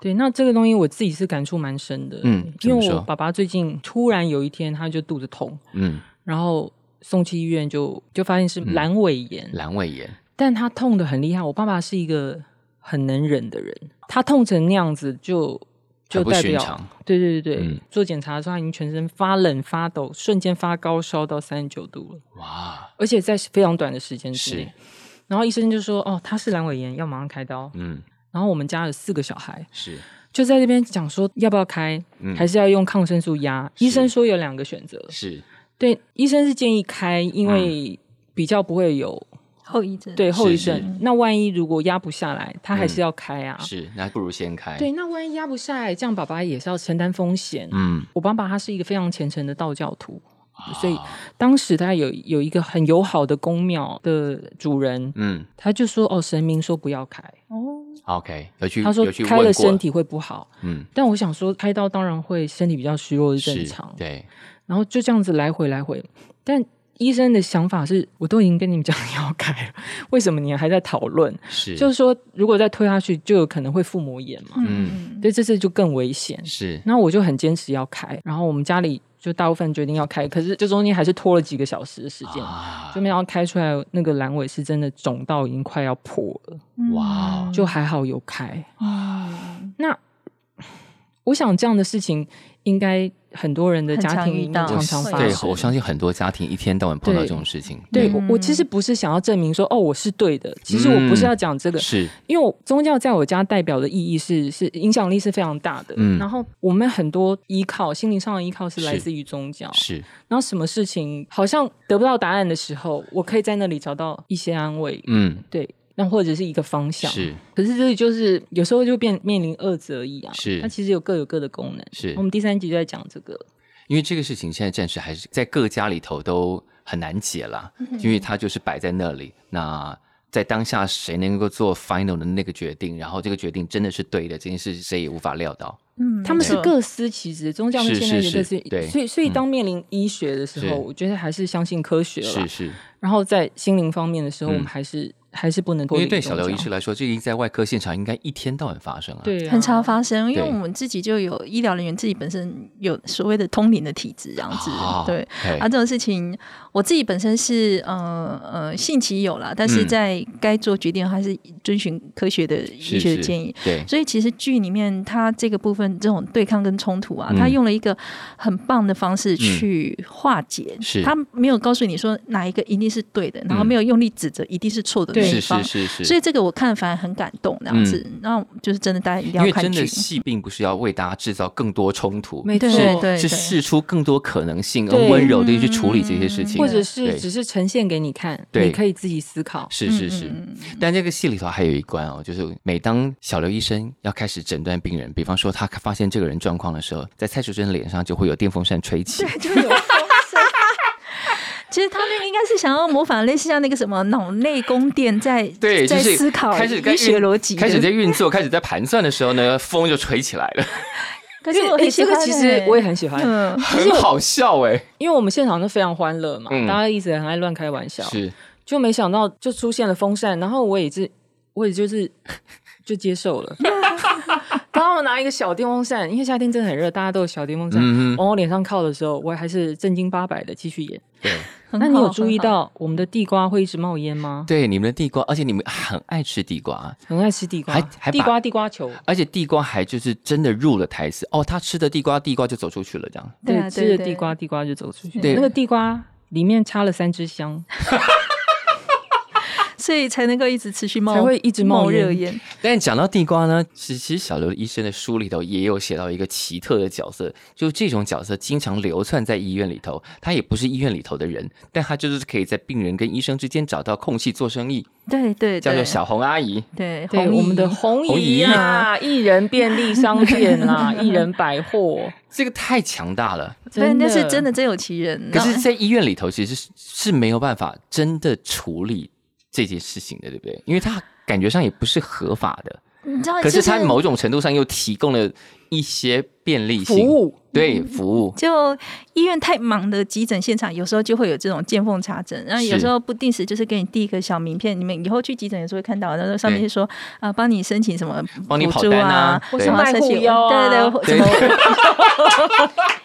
[SPEAKER 3] 对，那这个东西我自己是感触蛮深的，
[SPEAKER 1] 嗯怎
[SPEAKER 3] 因
[SPEAKER 1] 么
[SPEAKER 3] 为
[SPEAKER 1] 说
[SPEAKER 3] 我爸爸最近突然有一天他就肚子痛，
[SPEAKER 1] 嗯，
[SPEAKER 3] 然后送去医院就就发现是阑尾炎，
[SPEAKER 2] 嗯
[SPEAKER 1] 阑尾炎
[SPEAKER 3] 但他痛的很厉害。我爸爸是一个很能忍的人，他痛成那样子就就
[SPEAKER 1] 很不
[SPEAKER 3] 代
[SPEAKER 1] 寻
[SPEAKER 3] 表
[SPEAKER 1] 常。
[SPEAKER 3] 对对对对，
[SPEAKER 1] 嗯
[SPEAKER 3] 做检查的时候他已经全身发冷发抖，瞬间发高烧到三十九度了，
[SPEAKER 1] 哇，
[SPEAKER 3] 而且在非常短的时间之
[SPEAKER 1] 是
[SPEAKER 3] 内。然后医生就说：“哦，他是阑尾炎，要马上开刀。
[SPEAKER 1] 嗯，”
[SPEAKER 3] 然后我们家有四个小孩，
[SPEAKER 1] 是，
[SPEAKER 3] 就在这边讲说要不要开，
[SPEAKER 1] 嗯，
[SPEAKER 3] 还是要用抗生素压。医生说有两个选择，
[SPEAKER 1] 是
[SPEAKER 3] 对，医生是建议开，因为比较不会有
[SPEAKER 2] 后遗症。
[SPEAKER 3] 对后遗
[SPEAKER 1] 嗯是嗯
[SPEAKER 3] 症。那万一如果压不下来，他还是要开啊。
[SPEAKER 1] 是，那不如先开。
[SPEAKER 3] 对，，那万一压不下来，这样爸爸也是要承担风险。
[SPEAKER 1] 嗯，
[SPEAKER 3] 我爸爸他是一个非常虔诚的道教徒，所以
[SPEAKER 1] 啊
[SPEAKER 3] 当时他有有一个很友好的宫庙的主人，
[SPEAKER 1] 嗯
[SPEAKER 3] 他就说：“哦，神明说不要开，
[SPEAKER 2] 哦，
[SPEAKER 1] ，OK，有去
[SPEAKER 3] 他说
[SPEAKER 1] 有去
[SPEAKER 3] 开
[SPEAKER 1] 问
[SPEAKER 3] 了
[SPEAKER 1] 过
[SPEAKER 3] 身，体会不好。
[SPEAKER 1] 嗯，”
[SPEAKER 3] 但我想说，开刀当然会身体比较虚弱是正
[SPEAKER 1] 是
[SPEAKER 3] 常，
[SPEAKER 1] 对，
[SPEAKER 3] 然后就这样子来回来回。但医生的想法是，我都已经跟你们讲要开了，为什么你还在讨论？
[SPEAKER 1] 是，
[SPEAKER 3] 就是说，如果再推下去，就有可能会腹膜炎嘛。
[SPEAKER 2] 嗯，
[SPEAKER 3] 对，这次就更危险。
[SPEAKER 1] 是
[SPEAKER 3] 那我就很坚持要开，然后我们家里就大部分决定要开，可是这中间还是拖了几个小时的时间，
[SPEAKER 1] 啊
[SPEAKER 3] 就没想到开出来那个阑尾是真的肿到已经快要破了，
[SPEAKER 2] 嗯
[SPEAKER 1] 哇哦
[SPEAKER 3] 就还好有开。
[SPEAKER 2] 嗯
[SPEAKER 3] 那我想这样的事情应该很多人的
[SPEAKER 2] 很
[SPEAKER 3] 家
[SPEAKER 2] 常
[SPEAKER 3] 庭
[SPEAKER 2] 遇
[SPEAKER 3] 里面
[SPEAKER 2] 到
[SPEAKER 3] 嗯常常
[SPEAKER 2] 会
[SPEAKER 3] 发
[SPEAKER 1] 对，
[SPEAKER 3] 生。
[SPEAKER 1] 我相信很多家庭一天到晚碰到
[SPEAKER 3] 对
[SPEAKER 1] 这种事情，
[SPEAKER 3] 对
[SPEAKER 1] 嗯
[SPEAKER 3] 我，我其实不是想要证明说哦我是对的，其实我不是
[SPEAKER 1] 嗯
[SPEAKER 3] 要讲这个，
[SPEAKER 1] 是
[SPEAKER 3] 因为我宗教在我家代表的意义是是影响力是非常大的。
[SPEAKER 1] 嗯
[SPEAKER 3] 然后我们很多依靠心灵上的依靠是来
[SPEAKER 1] 是
[SPEAKER 3] 自于宗教，
[SPEAKER 1] 是
[SPEAKER 3] 然后什么事情好像得不到答案的时候，我可以在那里找到一些安慰，
[SPEAKER 1] 嗯
[SPEAKER 3] 对，那或者是一个方向。
[SPEAKER 1] 是
[SPEAKER 3] 可是这就是有时候就变面临二择一啊，
[SPEAKER 1] 是
[SPEAKER 3] 它其实有各有各的功能。
[SPEAKER 1] 是
[SPEAKER 3] 我们第三集就在讲这个，
[SPEAKER 1] 因为这个事情现在暂时还是在各家里头都很难解啦，
[SPEAKER 3] 嗯
[SPEAKER 1] 因为它就是摆在那里。那在当下，谁能够做 final 的那个决定？然后这个决定真的是对的，这件事谁也无法料到。
[SPEAKER 2] 嗯
[SPEAKER 3] 他们是
[SPEAKER 2] 没错
[SPEAKER 3] 各司其职，宗教跟
[SPEAKER 1] 是
[SPEAKER 3] 现代
[SPEAKER 1] 是
[SPEAKER 3] 学各
[SPEAKER 1] 是
[SPEAKER 3] 司，
[SPEAKER 1] 对
[SPEAKER 3] 所以所以
[SPEAKER 1] 嗯
[SPEAKER 3] 当面临医学的时
[SPEAKER 1] 是
[SPEAKER 3] 候，我觉得还是相信科学了
[SPEAKER 1] 是。是，
[SPEAKER 3] 然后在心灵方面的时候，
[SPEAKER 1] 嗯
[SPEAKER 3] 我们还是还是不能
[SPEAKER 1] 因
[SPEAKER 3] 脱离
[SPEAKER 1] 为对小
[SPEAKER 3] 宗
[SPEAKER 1] 刘医
[SPEAKER 3] 教
[SPEAKER 1] 师来说，这个在外科现场应该一天到晚发生啊。，
[SPEAKER 3] 对啊
[SPEAKER 2] 很常发生，因为
[SPEAKER 1] 对
[SPEAKER 2] 我们自己就有医疗人员自己本身有所谓的通灵的体质这样子，
[SPEAKER 1] 啊
[SPEAKER 2] 对。
[SPEAKER 1] 嘿
[SPEAKER 2] 啊，这种事情我自己本身是呃呃信其有啦，但是
[SPEAKER 1] 嗯
[SPEAKER 2] 在该做决定还是遵循科学的医
[SPEAKER 1] 是
[SPEAKER 2] 学
[SPEAKER 1] 是
[SPEAKER 2] 的建议。
[SPEAKER 1] 对，
[SPEAKER 2] 所以其实剧里面它这个部分这种对抗跟冲突啊，
[SPEAKER 1] 嗯
[SPEAKER 2] 它用了一个很棒的方式去化解。
[SPEAKER 1] 是嗯
[SPEAKER 2] 它没有告诉你说哪一个一定是对的，然后没有用力指责一定是错的那
[SPEAKER 3] 对
[SPEAKER 2] 一
[SPEAKER 1] 是
[SPEAKER 2] 方
[SPEAKER 1] 是。是是。
[SPEAKER 2] 所以这个我看反而很感动，这样子。那就是真的，大家一定
[SPEAKER 1] 嗯因
[SPEAKER 2] 要
[SPEAKER 1] 为
[SPEAKER 2] 看剧。
[SPEAKER 1] 真的戏并不是要为大家制造更多冲突，
[SPEAKER 3] 没错
[SPEAKER 2] 对对对，
[SPEAKER 1] 是试出更多可能性，而
[SPEAKER 3] 对嗯
[SPEAKER 1] 温柔的去处理这些事情，啊
[SPEAKER 3] 或者
[SPEAKER 1] 对
[SPEAKER 3] 是只是嗯呈现给你看，
[SPEAKER 1] 对
[SPEAKER 3] 你可以自己思考。
[SPEAKER 2] 嗯
[SPEAKER 1] 是是是。但这个戏里头还有一关哦，就是每当小刘医生要开始诊断病人，比方说他发现这个人状况的时候，在蔡淑珍的脸上就会有电风扇吹 起，
[SPEAKER 2] 就有风 声。其实他们应该是想要模仿类似像那个什么脑内宫殿在
[SPEAKER 1] 对，就
[SPEAKER 2] 在
[SPEAKER 1] 是
[SPEAKER 2] 思考
[SPEAKER 1] 开始在
[SPEAKER 2] 医学
[SPEAKER 1] 运
[SPEAKER 2] 逻辑的，
[SPEAKER 1] 开始在运作，开始在盘算的时候呢，风就吹起来 了，
[SPEAKER 2] 可是我
[SPEAKER 3] 诶
[SPEAKER 2] 很喜
[SPEAKER 3] 哎这
[SPEAKER 2] 欢、
[SPEAKER 3] 个其
[SPEAKER 2] 欸，
[SPEAKER 3] 实我也很喜欢，
[SPEAKER 2] 嗯，
[SPEAKER 1] 很好笑哎，
[SPEAKER 3] 因为我们现场都非常欢乐嘛，
[SPEAKER 1] 嗯
[SPEAKER 3] 大家一直很爱乱开玩笑，
[SPEAKER 1] 是
[SPEAKER 3] 就没想到就出现了风扇，然后我也是，我也就是就接受了。 然后我拿一个小电风扇，因为夏天真的很热，大家都有小电风扇，
[SPEAKER 1] 嗯哼
[SPEAKER 3] 往我脸上靠的时候，我还是正经八百的继续演。
[SPEAKER 1] 对
[SPEAKER 2] 很
[SPEAKER 3] 那你
[SPEAKER 2] 好
[SPEAKER 3] 有注意？
[SPEAKER 2] 很好
[SPEAKER 3] 到我们的地瓜会一直冒烟吗？
[SPEAKER 1] 对，你们的地瓜，而且你们很爱吃地瓜，
[SPEAKER 3] 很爱吃地瓜
[SPEAKER 1] 还还把，
[SPEAKER 3] 地瓜地瓜球，
[SPEAKER 1] 而且地瓜还就是真的入了台词哦，他吃的地瓜，地瓜就走出去了这样。
[SPEAKER 2] 对啊
[SPEAKER 3] 吃
[SPEAKER 2] 对
[SPEAKER 3] 了地瓜，地瓜就走出去。
[SPEAKER 1] 对
[SPEAKER 3] 那个地瓜里面插了三支香，
[SPEAKER 2] 所以才能够一直持续冒，
[SPEAKER 3] 才会一直冒
[SPEAKER 2] 冒热
[SPEAKER 3] 烟
[SPEAKER 2] 烟。
[SPEAKER 1] 但讲到地瓜呢，其其实小刘医生的书里头也有写到一个奇特的角色，就这种角色经常流窜在医院里头，他也不是医院里头的人，但他就是可以在病人跟医生之间找到空隙做生意，
[SPEAKER 2] 对对对，
[SPEAKER 1] 叫做小红阿姨。
[SPEAKER 2] 对
[SPEAKER 3] 对，
[SPEAKER 2] 红
[SPEAKER 3] 我们的
[SPEAKER 2] 姨
[SPEAKER 3] 红
[SPEAKER 1] 红姨
[SPEAKER 3] 姨啊，一人便利商店 啦，一人百货，
[SPEAKER 1] 这个太强大了，
[SPEAKER 2] 对，
[SPEAKER 3] 真的
[SPEAKER 2] 那是真的真有其人。
[SPEAKER 1] 可是，
[SPEAKER 2] 那
[SPEAKER 1] 在医院里头其实是是没有办法真的处理这件事情的，对不对？因为他感觉上也不是合法的，
[SPEAKER 2] 你知道，
[SPEAKER 1] 可
[SPEAKER 2] 就是
[SPEAKER 1] 他某种程度上又提供了一些便利性，
[SPEAKER 3] 务
[SPEAKER 1] 对服务，
[SPEAKER 2] 就医院太忙的急诊现场，有时候就会有这种见缝插针，然后有
[SPEAKER 1] 是
[SPEAKER 2] 时候不定时就是给你递一个小名片，你们以后去急诊也是会看到，然后上面
[SPEAKER 1] 对
[SPEAKER 2] 就说啊，帮你申请什么
[SPEAKER 1] 帮你
[SPEAKER 2] 补
[SPEAKER 1] 跑
[SPEAKER 2] 助
[SPEAKER 1] 单
[SPEAKER 2] 啊
[SPEAKER 1] 啊，
[SPEAKER 3] 或
[SPEAKER 1] 对
[SPEAKER 3] 是
[SPEAKER 2] 然后
[SPEAKER 3] 卖
[SPEAKER 2] 申
[SPEAKER 3] 护
[SPEAKER 2] 请
[SPEAKER 3] 腰啊，
[SPEAKER 2] 对对对，什
[SPEAKER 1] 对
[SPEAKER 2] 么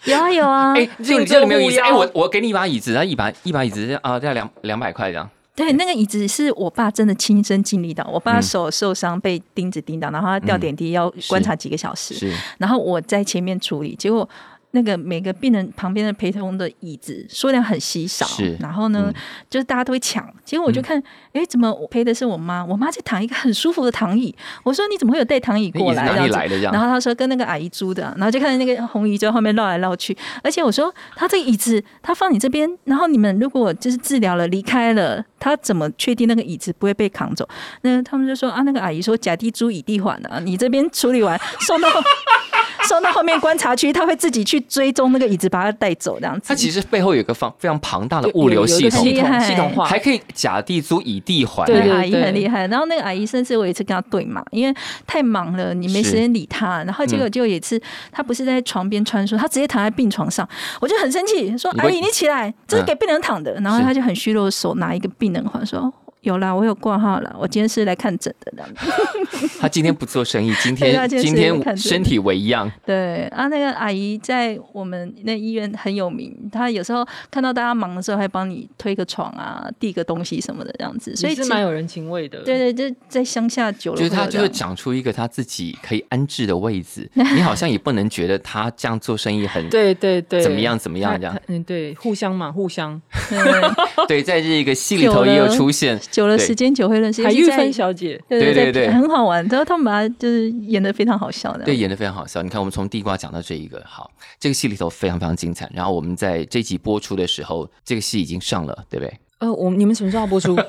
[SPEAKER 2] 有啊有啊，
[SPEAKER 1] 哎，这个
[SPEAKER 3] 就
[SPEAKER 1] 这个没有
[SPEAKER 3] 就
[SPEAKER 1] 椅子，
[SPEAKER 3] 不
[SPEAKER 1] 哎，
[SPEAKER 3] 要
[SPEAKER 1] 我我给你一把椅子，然后一把一把椅子啊，大概两两百块这样，
[SPEAKER 2] 对，那个椅子是我爸真的亲身经历到，我爸手受伤被钉子钉到，然后他吊点滴要观察几个小时，
[SPEAKER 1] 是
[SPEAKER 2] 然后我在前面处理，结果那个每个病人旁边的陪同的椅子数量很稀少
[SPEAKER 1] 是，
[SPEAKER 2] 然后呢，
[SPEAKER 1] 嗯
[SPEAKER 2] 就是大家都会抢，结果我就看，哎、怎么我陪的是我妈，我妈在躺一个很舒服的躺椅，我说你怎么会有带躺椅
[SPEAKER 1] 那椅
[SPEAKER 2] 过
[SPEAKER 1] 子
[SPEAKER 2] 来？
[SPEAKER 1] 哪
[SPEAKER 2] 这
[SPEAKER 1] 里
[SPEAKER 2] 样子
[SPEAKER 1] 来的这样？
[SPEAKER 2] 然后他说跟那个阿姨租的啊，然后就看见那个红姨就在后面绕来绕去，而且我说他这个椅子他放你这边，然后你们如果就是治疗了离开了，他怎么确定那个椅子不会被扛走？那他们就说啊，那个阿姨说甲地租乙地还啊，你这边处理完送到 送到后面观察区，他会自己去追踪那个椅子，把它带走这样子。
[SPEAKER 1] 它 其
[SPEAKER 2] 实
[SPEAKER 1] 实背后有一个方非常庞大的
[SPEAKER 3] 有
[SPEAKER 1] 物流
[SPEAKER 3] 有有一
[SPEAKER 1] 系
[SPEAKER 3] 个系，
[SPEAKER 1] 统
[SPEAKER 3] 统
[SPEAKER 2] 很厉害
[SPEAKER 3] 系统化，
[SPEAKER 1] 还可以甲地租乙地还。哎
[SPEAKER 3] 对
[SPEAKER 2] 那
[SPEAKER 3] 对
[SPEAKER 2] 个阿姨
[SPEAKER 3] 对
[SPEAKER 2] 很厉害，然后那个阿姨甚至我有一次跟她对骂，因为太忙了，你没时间理她。然后结果就有一次，她不是在床边穿梭，她直接躺在病床上，我就很生气，说：“
[SPEAKER 1] 你会
[SPEAKER 2] 阿姨，你起来，这是给病人躺的。”然后
[SPEAKER 1] 是
[SPEAKER 2] 她就很虚弱的手拿一个病人环说。有啦，我有挂号了，我今天是来看诊的。这样子
[SPEAKER 1] 他今天不做生意，今
[SPEAKER 2] 对
[SPEAKER 1] 天
[SPEAKER 2] 他今天
[SPEAKER 1] 今
[SPEAKER 2] 是看
[SPEAKER 1] 天
[SPEAKER 2] 这个
[SPEAKER 1] 身体为恙，
[SPEAKER 2] 对啊，那个阿姨在我们那医院很有名，她有时候看到大家忙的时候，还帮你推个床啊、递个东西什么的这样子，所以
[SPEAKER 3] 也是
[SPEAKER 2] 其
[SPEAKER 3] 蛮有人情味的。
[SPEAKER 2] 对对，就在乡下久了
[SPEAKER 1] 就
[SPEAKER 2] 会有
[SPEAKER 1] 是
[SPEAKER 2] 这样，
[SPEAKER 1] 他就会长出一个他自己可以安置的位置。你好像也不能觉得他这样做生意 很
[SPEAKER 3] 对对对，
[SPEAKER 1] 怎么样怎么样
[SPEAKER 3] 他
[SPEAKER 1] 这样
[SPEAKER 3] 他。嗯，对，互相嘛，互相。
[SPEAKER 2] 对
[SPEAKER 1] 对，在这个戏里头也有出现，
[SPEAKER 2] 久了
[SPEAKER 1] 对
[SPEAKER 2] 时间久会认识，
[SPEAKER 3] 海
[SPEAKER 2] 尤其
[SPEAKER 3] 玉
[SPEAKER 2] 在
[SPEAKER 3] 芬小姐，
[SPEAKER 2] 对
[SPEAKER 1] 对对
[SPEAKER 2] 对
[SPEAKER 1] 对
[SPEAKER 2] 很好玩。然后他们把它就是演的非常好笑的，
[SPEAKER 1] 对，演的非常好笑。你看，我们从地瓜讲到这一个，好，这个戏里头非常非常精彩。然后我们在这集播出的时候，这个戏已经上了，对不对？
[SPEAKER 3] 呃，我们你们什么时候要播 出？
[SPEAKER 1] 嗯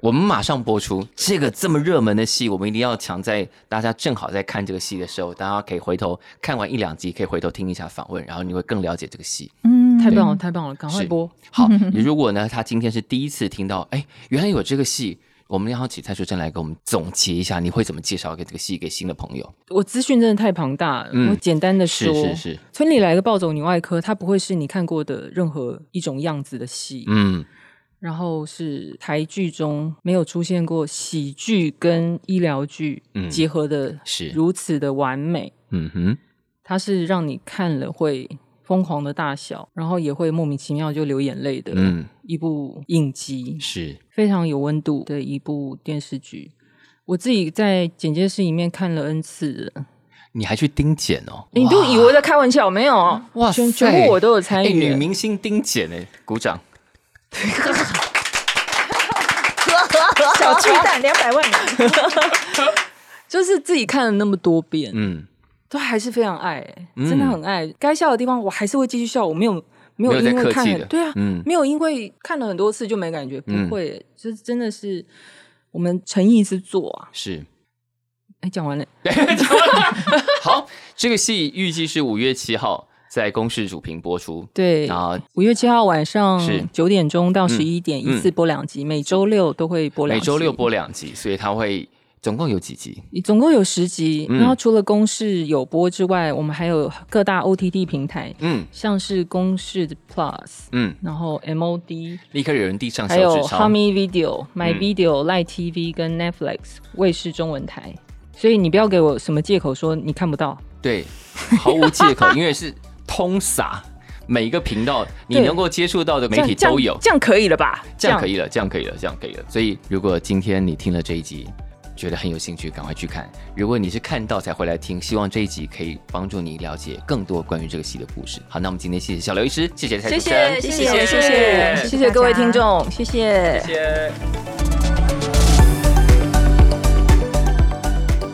[SPEAKER 1] 我们马上播出这个这么热门的戏，我们一定要抢在大家正好在看这个戏的时候，大家可以回头看完一两集，可以回头听一下访问，然后你会更了解这个戏。
[SPEAKER 2] 嗯，
[SPEAKER 3] 太棒了，太棒了，赶快
[SPEAKER 1] 是
[SPEAKER 3] 播！
[SPEAKER 1] 好，你如果呢，他今天是第一次听到，哎，原来有这个戏，我们要请蔡淑珍来给我们总结一下，你会怎么介绍给这个戏给新的朋友？
[SPEAKER 3] 我资讯真的太庞大了，
[SPEAKER 1] 嗯
[SPEAKER 3] 我简单的
[SPEAKER 1] 是
[SPEAKER 3] 说，
[SPEAKER 1] 是是，
[SPEAKER 3] 村里来个暴走女外科，它不会是你看过的任何一种样子的戏，
[SPEAKER 1] 嗯，
[SPEAKER 3] 然后是台剧中没有出现过喜剧跟医疗剧
[SPEAKER 1] 嗯
[SPEAKER 3] 结合的，
[SPEAKER 1] 是
[SPEAKER 3] 如此的完美，
[SPEAKER 1] 嗯哼，
[SPEAKER 3] 它是让你看了会疯狂的大笑，然后也会莫名其妙就流眼泪的，
[SPEAKER 1] 嗯，
[SPEAKER 3] 一部影集，
[SPEAKER 1] 是，
[SPEAKER 3] 非常有温度的一部电视剧。我自己在简介室里面看了 n 次了，
[SPEAKER 1] 你还去盯检哦？
[SPEAKER 3] 你都以为我在开玩笑，没有？
[SPEAKER 1] 哇
[SPEAKER 3] 全
[SPEAKER 1] 塞
[SPEAKER 3] 全部我都有参
[SPEAKER 1] 哎，
[SPEAKER 3] 与。
[SPEAKER 1] 女明星盯检哎，鼓掌。
[SPEAKER 2] 小巨蛋两百万，
[SPEAKER 3] 就是自己看了那么多遍，
[SPEAKER 1] 嗯，
[SPEAKER 3] 都还是非常爱、
[SPEAKER 1] 嗯
[SPEAKER 3] 真的很爱。该笑的地方我还是会继续笑，我没有没
[SPEAKER 1] 没有
[SPEAKER 3] 有
[SPEAKER 1] 在
[SPEAKER 3] 因为
[SPEAKER 1] 客
[SPEAKER 3] 看
[SPEAKER 1] 气
[SPEAKER 3] 了
[SPEAKER 1] 的
[SPEAKER 3] 对啊，
[SPEAKER 1] 嗯
[SPEAKER 3] 没有因为看了很多次就没感觉，不
[SPEAKER 1] 嗯
[SPEAKER 3] 会、就是真的是我们诚意之作啊。
[SPEAKER 1] 是。
[SPEAKER 3] 哎，讲完了，
[SPEAKER 1] 好，这个戏预计是五月七号在公视主屏播出。
[SPEAKER 3] 对。
[SPEAKER 1] 然后
[SPEAKER 3] 五月七号晚上
[SPEAKER 1] 是
[SPEAKER 3] 九点钟到十一点，
[SPEAKER 1] 嗯
[SPEAKER 3] 一次播两集，每周六都会播两
[SPEAKER 1] 每
[SPEAKER 3] 集。
[SPEAKER 1] 周六播两集，所以它会总共有几集？
[SPEAKER 3] 总共有十集。
[SPEAKER 1] 嗯
[SPEAKER 3] 然后除了公视有播之外，我们还有各大 OTT 平台，
[SPEAKER 1] 嗯
[SPEAKER 3] 像是公视 Plus，
[SPEAKER 1] 嗯，
[SPEAKER 3] 然后 MOD，
[SPEAKER 1] 立刻有人递上小
[SPEAKER 3] 还有
[SPEAKER 1] 纸钞。
[SPEAKER 3] Hami Video、My
[SPEAKER 1] 嗯
[SPEAKER 3] Video、赖 TV 跟 Netflix 卫视中文台，所以你不要给我什么借口说你看不到。
[SPEAKER 1] 对，毫无借口，因为是通撒，每一个频道你
[SPEAKER 3] 对
[SPEAKER 1] 能够接触到的媒体
[SPEAKER 3] 这样
[SPEAKER 1] 都有，
[SPEAKER 3] 这样可以了吧？
[SPEAKER 1] 这样可以了，这样可以了，这样可以了。所以，如果今天你听了这一集，觉得很有兴趣，赶快去看。如果你是看到才回来听，希望这一集可以帮助你了解更多关于这个戏的故事。好，那我们今天谢谢小刘医师，谢谢蔡主持人，
[SPEAKER 2] 谢
[SPEAKER 3] 这样，
[SPEAKER 2] 谢谢谢
[SPEAKER 3] 谢谢各位
[SPEAKER 2] 大家
[SPEAKER 3] 听众，谢谢。